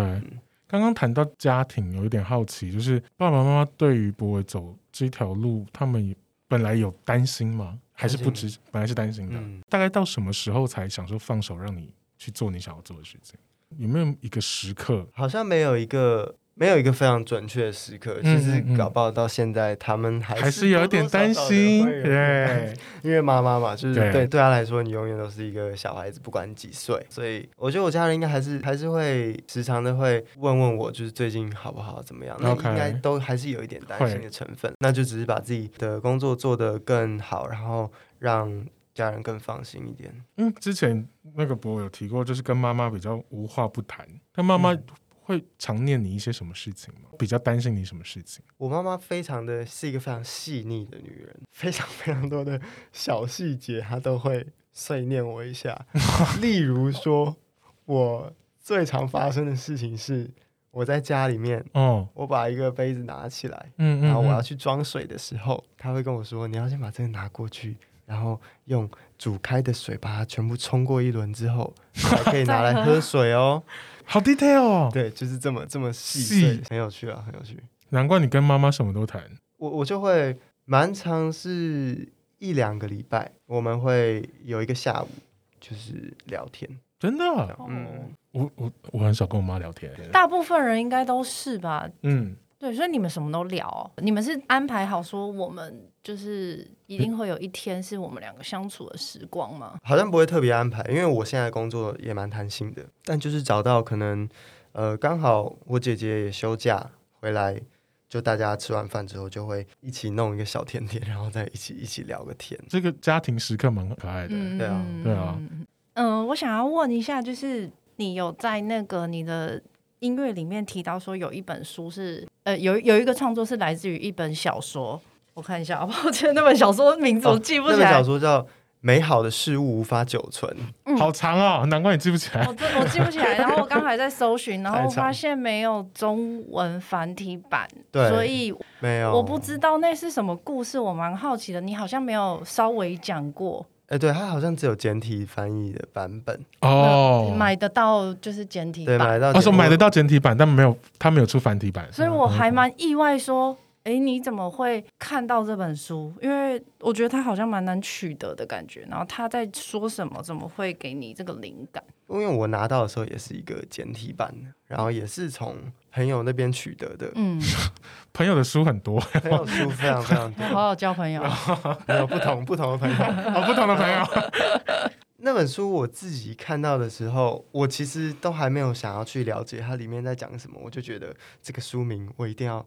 S1: 刚刚谈到家庭，有一点好奇，就是爸爸妈妈对于博伟走这条路，他们本来有担心吗？还是不知本来是担心的？
S2: 嗯，
S1: 大概到什么时候才想说放手让你去做你想要做的事情？有没有一个时刻？
S2: 好像没有一个没有一个非常准确的时刻，
S1: 嗯
S2: 其实
S1: 嗯嗯
S2: 搞不好到现在他们还
S1: 还
S2: 是
S1: 是有一点担心，
S2: 多多少少的会有
S1: 对，
S2: 因为妈妈嘛，就是
S1: 对
S2: 对对她来说，你永远都是一个小孩子，不管你几岁。所以我觉得我家人应该还是还是会时常的会问问我，就是最近好不好，怎么样？那
S1: OK
S2: 应该都还是有一点担心的成分。那就只是把自己的工作做得更好，然后让家人更放心一点。
S1: 因为之前那个博有提过，就是跟妈妈比较无话不谈，但妈妈
S2: 嗯
S1: 会常念你一些什么事情吗？比较担心你什么事情？
S2: 我妈妈非常的是一个非常细腻的女人，非常非常多的小细节她都会碎念我一下。例如说，我最常发生的事情是，我在家里面，
S1: 哦，
S2: 我把一个杯子拿起来，
S1: 嗯嗯，
S2: 然后我要
S1: 嗯
S2: 去装水的时候，她会跟我说：“你要先把这个拿过去，然后用煮开的水把它全部冲过一轮之后，才可以拿 来喝水哦。
S1: 好 detail 哦”，
S2: 对，就是这么这么细
S1: 细
S2: 碎，很有趣啊，很有趣。
S1: 难怪你跟妈妈什么都谈。
S2: 我我就会蛮长是一两个礼拜，我们会有一个下午就是聊天，
S1: 真的，啊
S2: 嗯，
S1: 我我我很少跟我妈聊天。
S3: 大部分人应该都是吧？
S1: 嗯，
S3: 对，所以你们什么都聊哦、你们是安排好说我们就是一定会有一天是我们两个相处的时光吗？
S2: 好像不会特别安排，因为我现在工作也蛮弹性的，但就是找到可能呃刚好我姐姐也休假回来。就大家吃完饭之后，就会一起弄一个小甜点，然后再一起一起聊个天。
S1: 这个家庭时刻蛮可爱的。
S3: 嗯，
S2: 对啊
S1: 对啊
S3: 嗯。嗯，我想要问一下，就是你有在那个你的音乐里面提到说有一本书是呃有有一个创作是来自于一本小说，我看一下好不好？我记得那本小说名字我记不
S2: 那
S3: 起
S2: 本
S3: 来
S2: 小，说叫《美好的事物无法久存》，
S3: 嗯
S1: 好长哦，难怪你记不起来。
S3: 我真我记不起来。然后我刚才在搜寻，然
S2: 太
S3: 后
S2: 长
S3: 发现没有中文繁体版，
S2: 对
S3: 所以
S2: 没有，
S3: 我不知道那是什么故事，我蛮好奇的。你好像没有稍微讲过，
S2: 哎、对，它好像只有简体翻译的版本，
S1: 哦，
S3: 买得到就是简体
S2: 对，
S3: 版，
S2: 买到
S1: 他说
S2: 简
S1: 买得到简体版，但没有，他没有出繁体版。
S3: 所以我还蛮意外说。哎，你怎么会看到这本书？因为我觉得它好像蛮难取得的感觉。然后他在说什么？怎么会给你这个灵感？，
S2: 因为我拿到的时候也是一个简体版的，然后也是从朋友那边取得的
S3: 嗯，
S1: 朋友的书很多，
S2: 朋友书非常非常
S3: 要
S2: 多，
S3: 好好交朋友。
S2: 没有不同不同的朋友。
S1: 哦，不同的 朋友。
S2: 那本书我自己看到的时候，我其实都还没有想要去了解它里面在讲什么，我就觉得这个书名我一定要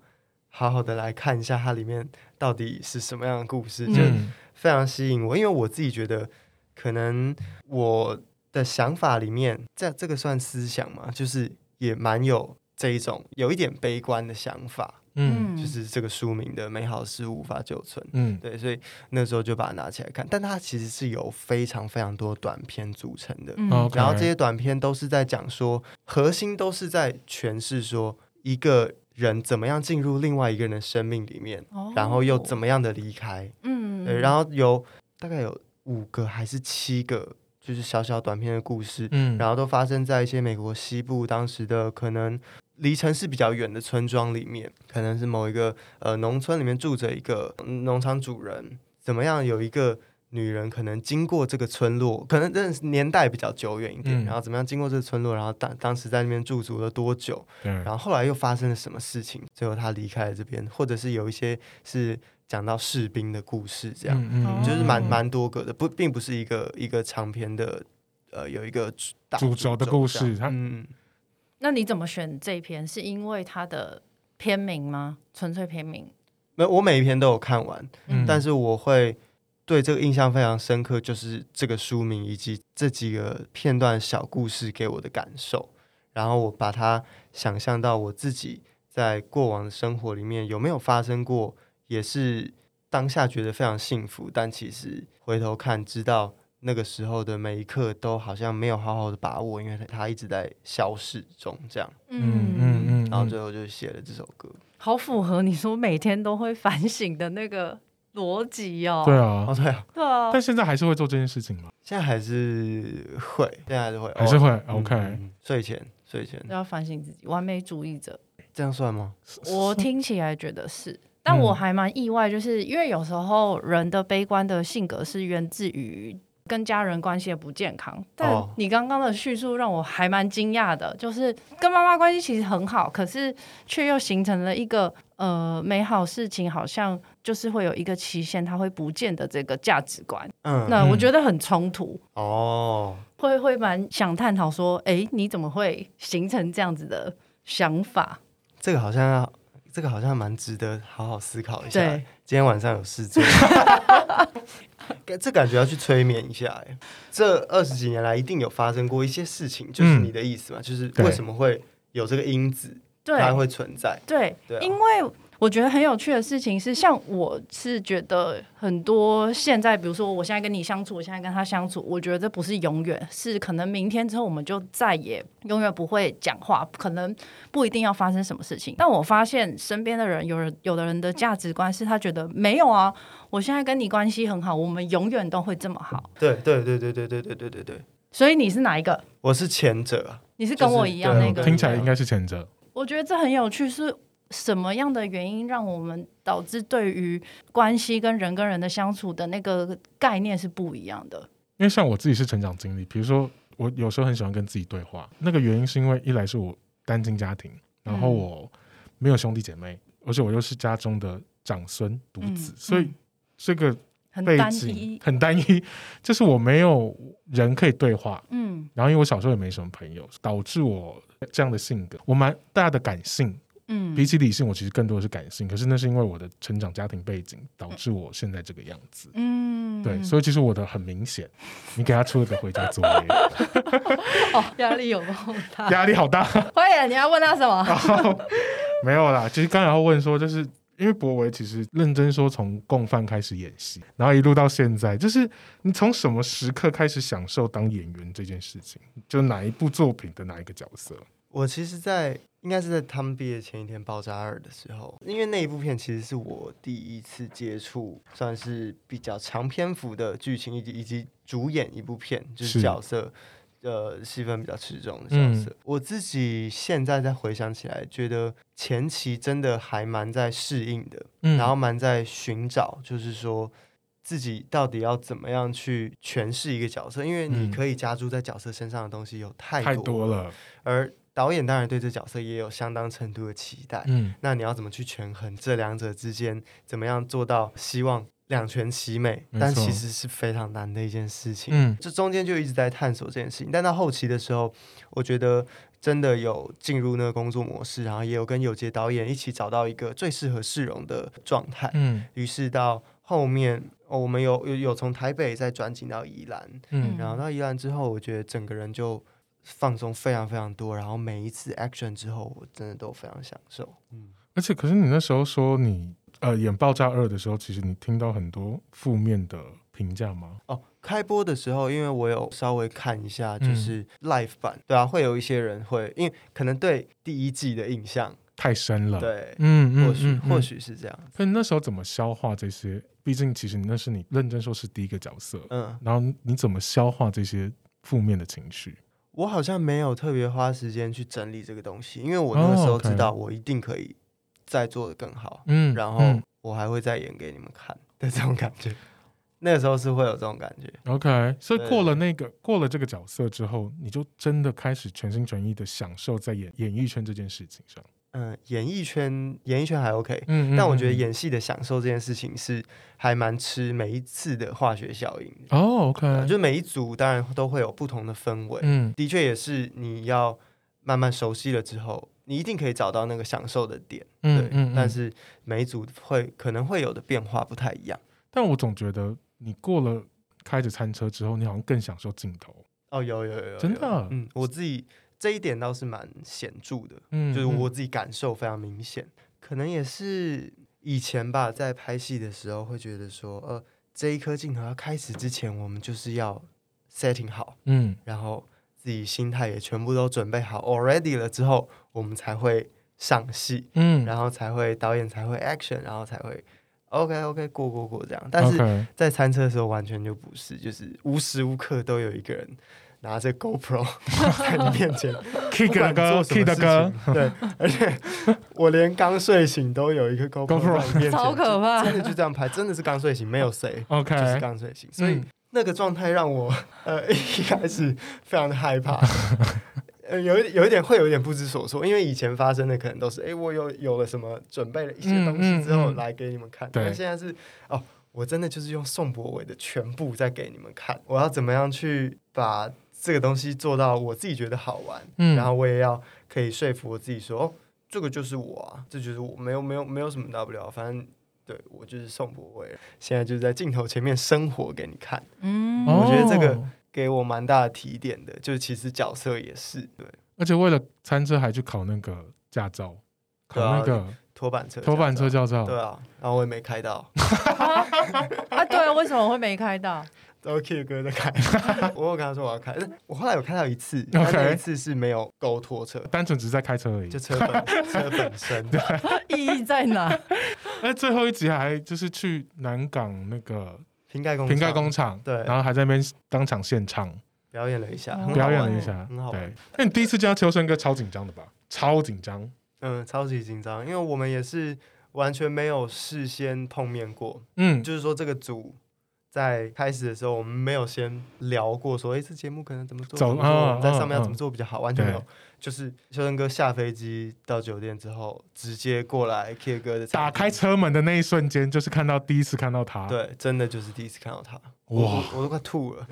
S2: 好好的来看一下它里面到底是什么样的故事，就
S1: 嗯
S2: 非常吸引我，因为我自己觉得，可能我的想法里面，这这个算思想嘛，就是也蛮有这一种有一点悲观的想法，
S1: 嗯
S3: 嗯，
S2: 就是这个书名的美好事物无法久存。
S1: 嗯，
S2: 对，所以那时候就把它拿起来看，但它其实是由非常非常多短片组成的，
S3: 嗯
S1: 好 OK
S2: 然后这些短片都是在讲说，核心都是在诠释说一个人怎么样进入另外一个人的生命里面，然后又怎
S3: 么
S2: 么样的离开，
S3: 哦嗯
S2: 对，然后有大概有五个还是七个，就是小小短片的故事，
S1: 嗯，
S2: 然后都发生在一些美国西部当时的可能离城市比较远的村庄里面，可能是某一个呃农村里面住着一个嗯农场主人，怎么样有一个。女人可能经过这个村落，可能真的是年代比较久远一点，
S1: 嗯
S2: 然后怎么样经过这个村落，然后当当时在那边驻足了多久，
S1: 对
S2: 然后后来又发生了什么事情？最后他离开了这边，或者是有一些是讲到士兵的故事，这样、
S1: 嗯嗯
S2: 就是蛮
S1: 嗯
S2: 蛮多个的，不，并不是一个一个长篇的，呃，有一个主大
S1: 主轴的故事
S2: 这样
S1: 它
S2: 嗯，
S3: 那你怎么选这一篇？是因为它的片名吗？纯粹片名？
S2: 那我每一篇都有看完，
S1: 嗯
S2: 但是我会对这个印象非常深刻，就是这个书名以及这几个片段小故事给我的感受，然后我把它想象到我自己在过往的生活里面有没有发生过，也是当下觉得非常幸福，但其实回头看知道。那个时候的每一刻都好像没有好好的把握，因为它它一直在消逝中，这样，
S1: 嗯嗯嗯，
S2: 然后最后就写了这首歌。
S3: 好符合你说每天都会反省的那个逻辑哦。
S1: 对啊
S2: 哦，，对啊，
S3: 对啊
S1: 但现在还是会做这件事情吗？
S2: 现在还是会，现在还是会，
S1: 还是会
S2: 嗯
S1: OK，
S2: 嗯睡前睡前
S3: 要反省自己，完美主义者。
S2: 这样算吗？
S3: 我听起来觉得是，但
S2: 嗯
S3: 我还蛮意外，就是因为有时候人的悲观的性格是源自于跟家人关系的不健康。但
S2: 哦
S3: 你刚刚的叙述让我还蛮惊讶的，就是跟妈妈关系其实很好，可是却又形成了一个呃美好事情好像就是会有一个期限，它会不见的这个价值观。
S2: 嗯，
S3: 那我觉得很冲突。
S2: 哦，
S3: 会会蛮想探讨说，哎，你怎么会形成这样子的想法？
S2: 这个好像要，这个好像蛮值得好好思考一下。
S3: 对，
S2: 今天晚上有事做，这感觉要去催眠一下哎。这二十几年来，一定有发生过一些事情，就是
S1: 嗯
S2: 你的意思嘛？就是
S1: 对
S2: 为什么会有这个因子，
S3: 对，
S2: 它会存在？
S3: 对，
S2: 对啊
S3: 因为我觉得很有趣的事情是，像我是觉得很多现在，比如说我现在跟你相处，我现在跟他相处，我觉得这不是永远，是可能明天之后我们就再也永远不会讲话，可能不一定要发生什么事情。但我发现身边的人，有人有的人的价值观是他觉得没有啊，我现在跟你关系很好，我们永远都会这么好。
S2: 对对对对对对对对对对，
S3: 所以你是哪一个？
S2: 我是前者啊，
S3: 你是
S2: 就
S3: 跟
S2: 是
S3: 我一样
S2: 对啊
S3: 那
S2: 我
S3: 个？
S1: 听起来应该是前者。
S3: 我觉得这很有趣，是什么样的原因让我们导致对于关系跟人跟人的相处的那个概念是不一样的？
S1: 因为像我自己是成长经历，比如说我有时候很喜欢跟自己对话，那个原因是因为一来是我单亲家庭，然后
S3: 嗯
S1: 我没有兄弟姐妹，而且我又是家中的长孙独子，
S3: 嗯
S1: 所以
S3: 嗯
S1: 这个
S3: 很
S1: 背
S3: 单
S1: 景
S3: 一，
S1: 很单一，就是我没有人可以对话，
S3: 嗯
S1: 然后因为我小时候也没什么朋友，导致我这样的性格，我蛮大的感性，
S3: 嗯
S1: 比起理性，我其实更多的是感性，可是那是因为我的成长家庭背景导致我现在这个样子。
S3: 嗯
S1: 对，所以其实我的很明显，你给他出了个回家作业，
S3: 以哦，压力有够大。
S1: 压力好大。
S3: 慧眼，你要问他什么？
S1: 没有啦，其实刚才要问说，就是因为博维其实认真说，从共犯开始演戏，然后一路到现在，就是你从什么时刻开始享受当演员这件事情？就哪一部作品的哪一个角色？
S2: 我其实在，应该是在他们毕业前一天《爆炸二》的时候，因为那一部片其实是我第一次接触，算是比较长篇幅的剧情，以及以及主演一部片，就是
S1: 是
S2: 角色。呃，戏份比较吃重的角色，我自己现在再回想起来，觉得前期真的还蛮在适应的，
S1: 嗯
S2: 然后蛮在寻找，就是说自己到底要怎么样去诠释一个角色，因为
S1: 嗯
S2: 你可以加注在角色身上的东西有太
S1: 太
S2: 多
S1: 多了，
S2: 而导演当然对这角色也有相当程度的期待。
S1: 嗯
S2: 那你要怎么去权衡这两者之间，怎么样做到希望两全其美？
S1: 没错
S2: 但其实是非常难的一件事情。
S1: 嗯
S2: 这中间就一直在探索这件事情，但到后期的时候，我觉得真的有进入那个工作模式，然后也有跟有杰导演一起找到一个最适合市容的状态。
S1: 嗯
S2: 于是到后面，哦、我们有有有从台北再转进到宜兰，
S1: 嗯
S2: 然后到宜兰之后，我觉得整个人就放松非常非常多，然后每一次 action 之后，我真的都非常享受。嗯，
S1: 而且可是你那时候说你呃演《爆炸二》的时候，其实你听到很多负面的评价吗？
S2: 哦，开播的时候，因为我有稍微看一下，就
S1: 嗯
S2: 是 live 版，对啊，会有一些人会，因为可能对第一季的印象，
S1: 太深了，，
S2: 对，
S1: 嗯
S2: 或许或。
S1: 嗯嗯
S2: 许是这样，
S1: 可你那时候怎么消化这些？毕竟其实你那是你认真说是第一个角色，
S2: 嗯，
S1: 然后你怎么消化这些负面的情绪？
S2: 我好像没有特别花时间去整理这个东西，因为我那个时
S1: 哦
S2: 候
S1: ，OK
S2: 知道我一定可以再做的更好，
S1: 嗯
S2: 然后我还会再演给你们看的这种感觉。那个时候是会有这种感觉，
S1: OK，所以
S2: 对
S1: 过了那个过了这个角色之后，你就真的开始全心全意的享受在演演艺圈这件事情上。
S2: 嗯，演艺圈演艺圈还 OK，、
S1: 嗯
S2: 但我觉得演戏的享受这件事情是还蛮吃每一次的化学效应的，
S1: 哦
S2: 呃
S1: OK，
S2: 就每一组当然都会有不同的氛围，
S1: 嗯
S2: 的确也是你要慢慢熟悉了之后，你一定可以找到那个享受的点，对
S1: 嗯，嗯，
S2: 但是每一组会可能会有的变化不太一样。
S1: 但我总觉得你过了开着餐车之后，你好像更享受镜头。
S2: 哦，有有有有，
S1: 真
S2: 有
S1: 的啊
S2: 嗯，我自己这一点倒是蛮显著的，
S1: 嗯，
S2: 就是
S1: 嗯
S2: 我自己感受非常明显，可能也是以前吧，在拍戏的时候会觉得说，呃，这一颗镜头要开始之前，我们就是要 setting 好，
S1: 嗯
S2: 然后自己心态也全部都准备好，already 了之后，我们才会上戏，
S1: 嗯，
S2: 然后才会导演才会 action，然后才会 OK OK 过过过这样。但是
S1: OK，
S2: 在餐车的时候完全就不是，就是无时无刻都有一个人拿着 GoPro 在你面前
S1: ，Kid 的歌，Kid 的歌，
S2: 歌，对，而且我连刚睡醒都有一个 GoPro
S1: GoPro
S2: 在你面前，
S3: 超可怕
S2: 就真的就这样拍，真的是刚睡醒，没有谁，
S1: ，OK，
S2: 就是刚睡醒，所以
S1: 嗯
S2: 那个状态让我呃一开始非常的害 怕，呃有一有一点会有一点不知所措，因为以前发生的可能都是哎、诶我有有了什么准备了一些东
S1: 嗯嗯
S2: 西之后
S1: 嗯
S2: 来给你们看，
S1: 对
S2: 但现在是哦，我真的就是用宋博伟的全部在给你们看，我要怎么样去把这个东西做到我自己觉得好玩，
S1: 嗯
S2: 然后我也要可以说服我自己说哦，这个就是我啊，这就是我，没有没有没有什么大不了，反正。对，我就是宋博伟，现在就是在镜头前面生活给你看，
S3: 嗯，
S1: 哦
S2: 我觉得这个给我蛮大的提点的。就是其实角色也是对
S1: 而且为了餐车还去考那个驾照，考
S2: 对啊
S1: 那个
S2: 拖板车，
S1: 头板车，驾照
S2: 对，啊，然后我也没开到，
S3: 啊啊，对，为什么会没开到？
S2: 然后 Q 哥在开， 我有跟他说我要开，我后来有开到一次，
S1: OK
S2: 但那一次是没有勾拖车，
S1: 单纯只是在开车而已
S2: 就。车本车本 身，
S3: 意义在哪？
S1: 哎，最后一集还就是去南港那个
S2: 瓶盖工
S1: 瓶盖工
S2: 厂
S1: 厂，
S2: 对
S1: 然后还在那边当场现唱
S2: 表演了一下，
S3: 嗯
S2: 很好
S1: 表演
S2: 玩
S1: 了一下
S2: 很好，啊玩
S1: 对。哎那你第一次见到秋生哥超紧张的吧？超紧张，
S2: 嗯，超级紧张，因为我们也是完全没有事先碰面过，
S1: 嗯，
S2: 就是说这个组在开始的时候，我们没有先聊过说，哎、这节目可能怎么做，
S1: 走
S2: 怎么做
S1: 啊
S2: 我们在上面要
S1: 啊
S2: 怎么做比较好，完全没有
S1: 对。
S2: 就是修真哥下飞机到酒店之后，直接过来 K 哥的场
S1: 打
S2: 地
S1: 开，车门的那一瞬间，就是看到第一次看到他，
S2: 对，真的就是第一次看到他，我
S1: 哇！
S2: 我我都快吐了。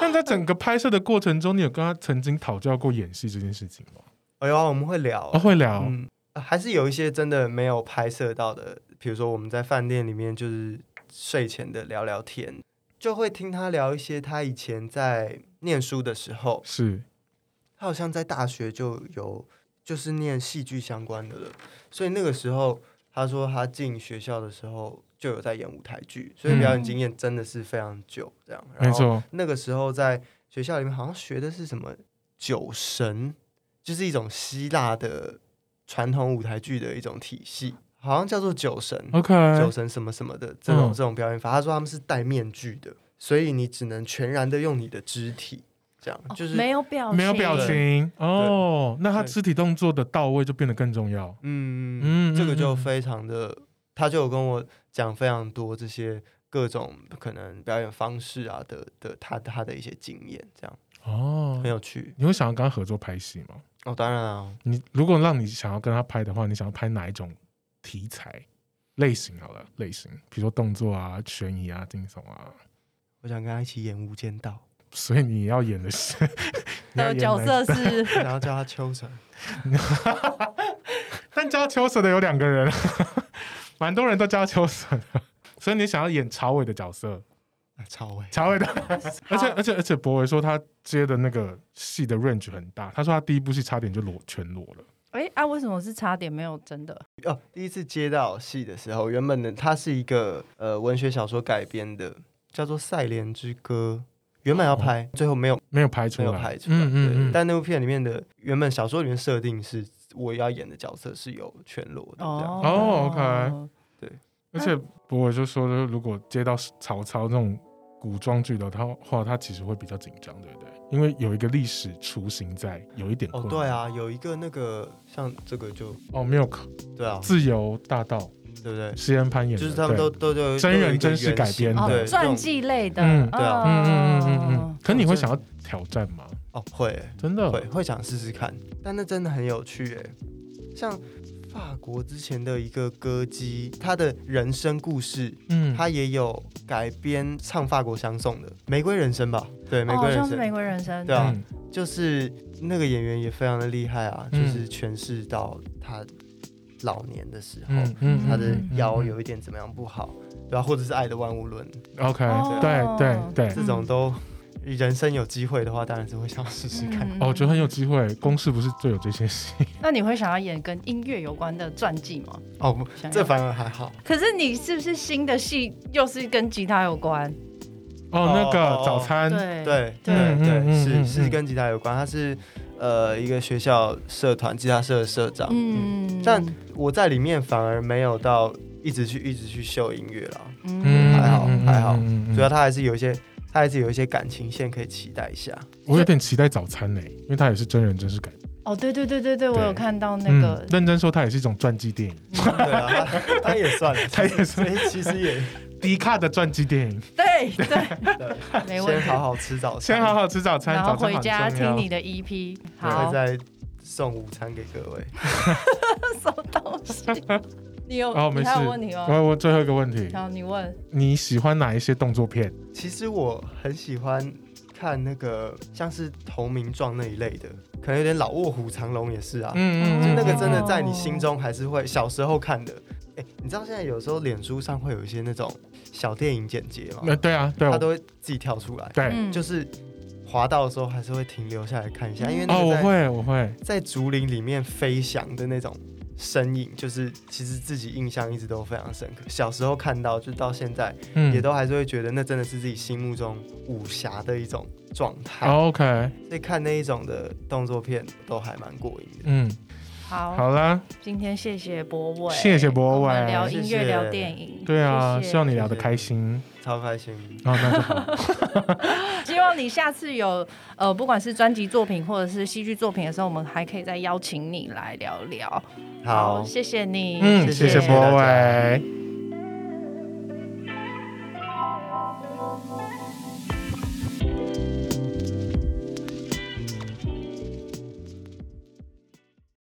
S1: 但在整个拍摄的过程中，你有跟他曾经讨教过演戏这件事情吗？
S2: 哎呦，我们会聊，
S1: 哦，会聊，
S2: 嗯，还是有一些真的没有拍摄到的，比如说我们在饭店里面就是睡前的聊聊天，就会听他聊一些他以前在念书的时候，
S1: 是
S2: 他好像在大学就有就是念戏剧相关的了，所以那个时候他说他进学校的时候就有在演舞台剧，所以
S1: 嗯
S2: 表演经验真的是非常久，这样。
S1: 没
S2: 然后
S1: 错，
S2: 那个时候在学校里面好像学的是什么酒神，就是一种希腊的传统舞台剧的一种体系，好像叫做酒神。
S1: OK，
S2: 酒神什么什么的这种、
S1: 嗯
S2: 这种表演法，他说他们是戴面具的，所以你只能全然的用你的肢体，这样就是
S3: 哦没有表情，
S1: 没有表情哦，那他
S2: 对
S1: 肢体动作的到位就变得更重要。
S2: 嗯
S1: 嗯
S2: 这个
S1: 嗯
S2: 就
S1: 嗯
S2: 非常的，他就有跟我讲非常多这些各种可能表演方式啊的的他他的一些经验，这样
S1: 哦
S2: 很，有趣
S1: 你会想要跟他合作拍戏吗？
S2: 哦。当然啊，
S1: 你如果让你想要跟他拍的话，你想要拍哪一种题材类型？好了，类型，比如说动作啊、悬疑啊、惊悚啊，
S2: 我想跟他一起演《无间道
S1: 所以你要演的是 你要
S3: 的
S1: 演
S3: 角
S1: 哪一
S3: 色是》，
S2: 然后叫他秋啊神。
S1: 但叫秋水的有两个人，啊 蛮多人都叫秋水的，所以你想要演朝伟的角色，
S2: 啊超伟，
S1: 朝伟的， 而且而且而且博伟说他接的那个戏的 range 很大，他说他第一部戏差点就裸全裸了，
S3: 哎啊，为什么是差点没有真的？
S2: 哦，第一次接到戏的时候，原本的它是一个呃文学小说改编的，叫做《赛莲之歌》，原
S3: 哦
S2: 本要拍，最后没有
S1: 没有拍出
S2: 没
S1: 来，
S2: 有拍出来。
S1: 嗯嗯
S2: 对
S1: 嗯，
S2: 但那部片里面的原本小说里面设定是我要演的角色是有全裸的，这样、
S1: 哦，OK 而
S2: 哦
S1: 且博伟就说，如果接到曹操那种古装剧的他话，他其实会比较紧张，对不对？因为有一个历史雏形在，有一点
S2: 哦
S1: 困，难。
S2: 对，啊，有一个那个像这个就
S1: 哦，Milk
S2: 对啊，
S1: 自由大道，
S2: 对不对？
S1: 西安攀演的，
S2: 就是他们
S1: 对
S2: 都都都
S1: 真
S2: 都有
S1: 人
S2: 一个
S1: 真实
S2: 原
S1: 改
S2: 型
S1: 编
S3: 哦
S1: 的
S2: 对
S3: 传
S2: 这种
S3: 记类的，哦
S1: 嗯
S2: 对啊
S1: 嗯嗯嗯嗯嗯。可你会想要挑战吗？
S2: 哦会
S1: 真的
S2: 会会想试试看，但那真的很有趣哎。像法国之前的一个歌姬，她的人生故事，
S1: 嗯，
S2: 她也有改编唱法国相送的《玫瑰人生》吧？对，《
S3: 哦
S2: 玫
S3: 好
S2: 瑰人
S3: 像是
S2: 生》
S3: 玫瑰人生，
S2: 对啊
S1: 嗯
S2: 就是那个演员也非常的厉害啊，就
S1: 嗯
S2: 是诠释到她老年的时候，
S1: 嗯嗯，
S2: 她的
S1: 嗯嗯
S2: 腰
S1: 嗯
S2: 有一点怎么样不好，对啊，或者是《爱的万物论》
S1: OK，
S3: 哦
S1: 对对对
S2: 这，
S3: 嗯
S2: 种都，人生有机会的话，当然是会想要试试看。
S3: 嗯
S1: 哦，我觉得很有机会。公式不是就有这些戏？
S3: 那你会想要演跟音乐有关的传记吗？
S2: 哦，不
S3: 想要
S2: 这反而还好。
S3: 可是你是不是新的戏又是跟吉他有关？
S1: 哦，那
S2: 哦哦
S1: 个
S2: 哦
S1: 早餐，
S2: 对
S3: 对对
S2: 对
S1: 嗯嗯
S2: 对，
S1: 嗯
S2: 是
S1: 嗯
S2: 是跟吉他有关，他是呃一个学校社团吉他社的社长。
S3: 嗯，
S2: 但我在里面反而没有到一直去一直去秀音乐啦，
S3: 嗯
S2: 还好还好
S1: 嗯嗯嗯嗯
S2: 主要他还是有一些他还是有一些感情线可以期待一下。
S1: 我有点期待早餐呢、欸因为它也是真人真事改编。
S3: 哦，对对对对对，我
S1: 对
S3: 有看到那个
S1: 嗯、，认真说，它也是一种传记电影，
S3: 嗯
S2: 对啊，他他也算 了，
S1: 它也
S2: 所
S1: 是
S2: 以其实也
S1: 迪卡的传记电影。
S3: 对对， 没问
S2: 先
S3: 题。
S2: 好好吃早餐，
S1: 先好好吃早餐，
S3: 然
S1: 早
S3: 后
S1: 餐
S3: 回
S1: 很
S3: 家
S1: 重要
S3: 听你的 EP，
S2: 对会
S3: 好，
S2: 再送午餐给各位。
S3: 什么东西？你有？
S1: 哦，没
S3: 你
S1: 事
S3: 还有问题。吗？
S1: 我我最后一个问题，
S3: 好，你问。
S1: 你喜欢哪一些动作片？
S2: 其实我很喜欢看那个像是《投名状》那一类的，可能有点老卧虎藏龙也是啊。
S1: 嗯
S2: 就
S3: 嗯
S2: 那个真的在你心中还是会小时候看的。哎、你知道现在有时候脸书上会有一些那种小电影简介
S1: 那
S2: 吗？
S1: 对啊，对
S2: 它
S1: 啊，
S2: 都会自己跳出来，
S3: 嗯
S1: 对。
S2: 就是滑到的时候还是会停留下来看一下，因为那
S1: 哦，
S2: 个
S1: 我
S2: 在、
S1: 会，我会，
S2: 在竹林里面飞翔的那种身影，就是其实自己印象一直都非常深刻。小时候看到，就到现在、
S1: 嗯，
S2: 也都还是会觉得那真的是自己心目中武侠的一种状态，
S1: 哦 OK，
S2: 所以看那一种的动作片都还蛮过瘾的。
S1: 嗯，
S3: 好，
S1: 好啦，
S3: 今天谢谢博伟，
S1: 谢谢博伟
S3: 我们聊音
S2: 谢
S3: 乐，
S2: 谢
S3: 聊电影，
S1: 对啊，
S3: 谢谢
S1: 希望你聊得开心。
S2: 超开心，
S1: 哦，那就 好，
S3: 希望你下次有呃，不管是专辑作品或者是戏剧作品的时候，我们还可以再邀请你来聊聊。
S2: 好，
S3: 谢谢你，
S1: 嗯，谢
S2: 谢谢
S1: 谢博
S2: 大家
S1: 伟，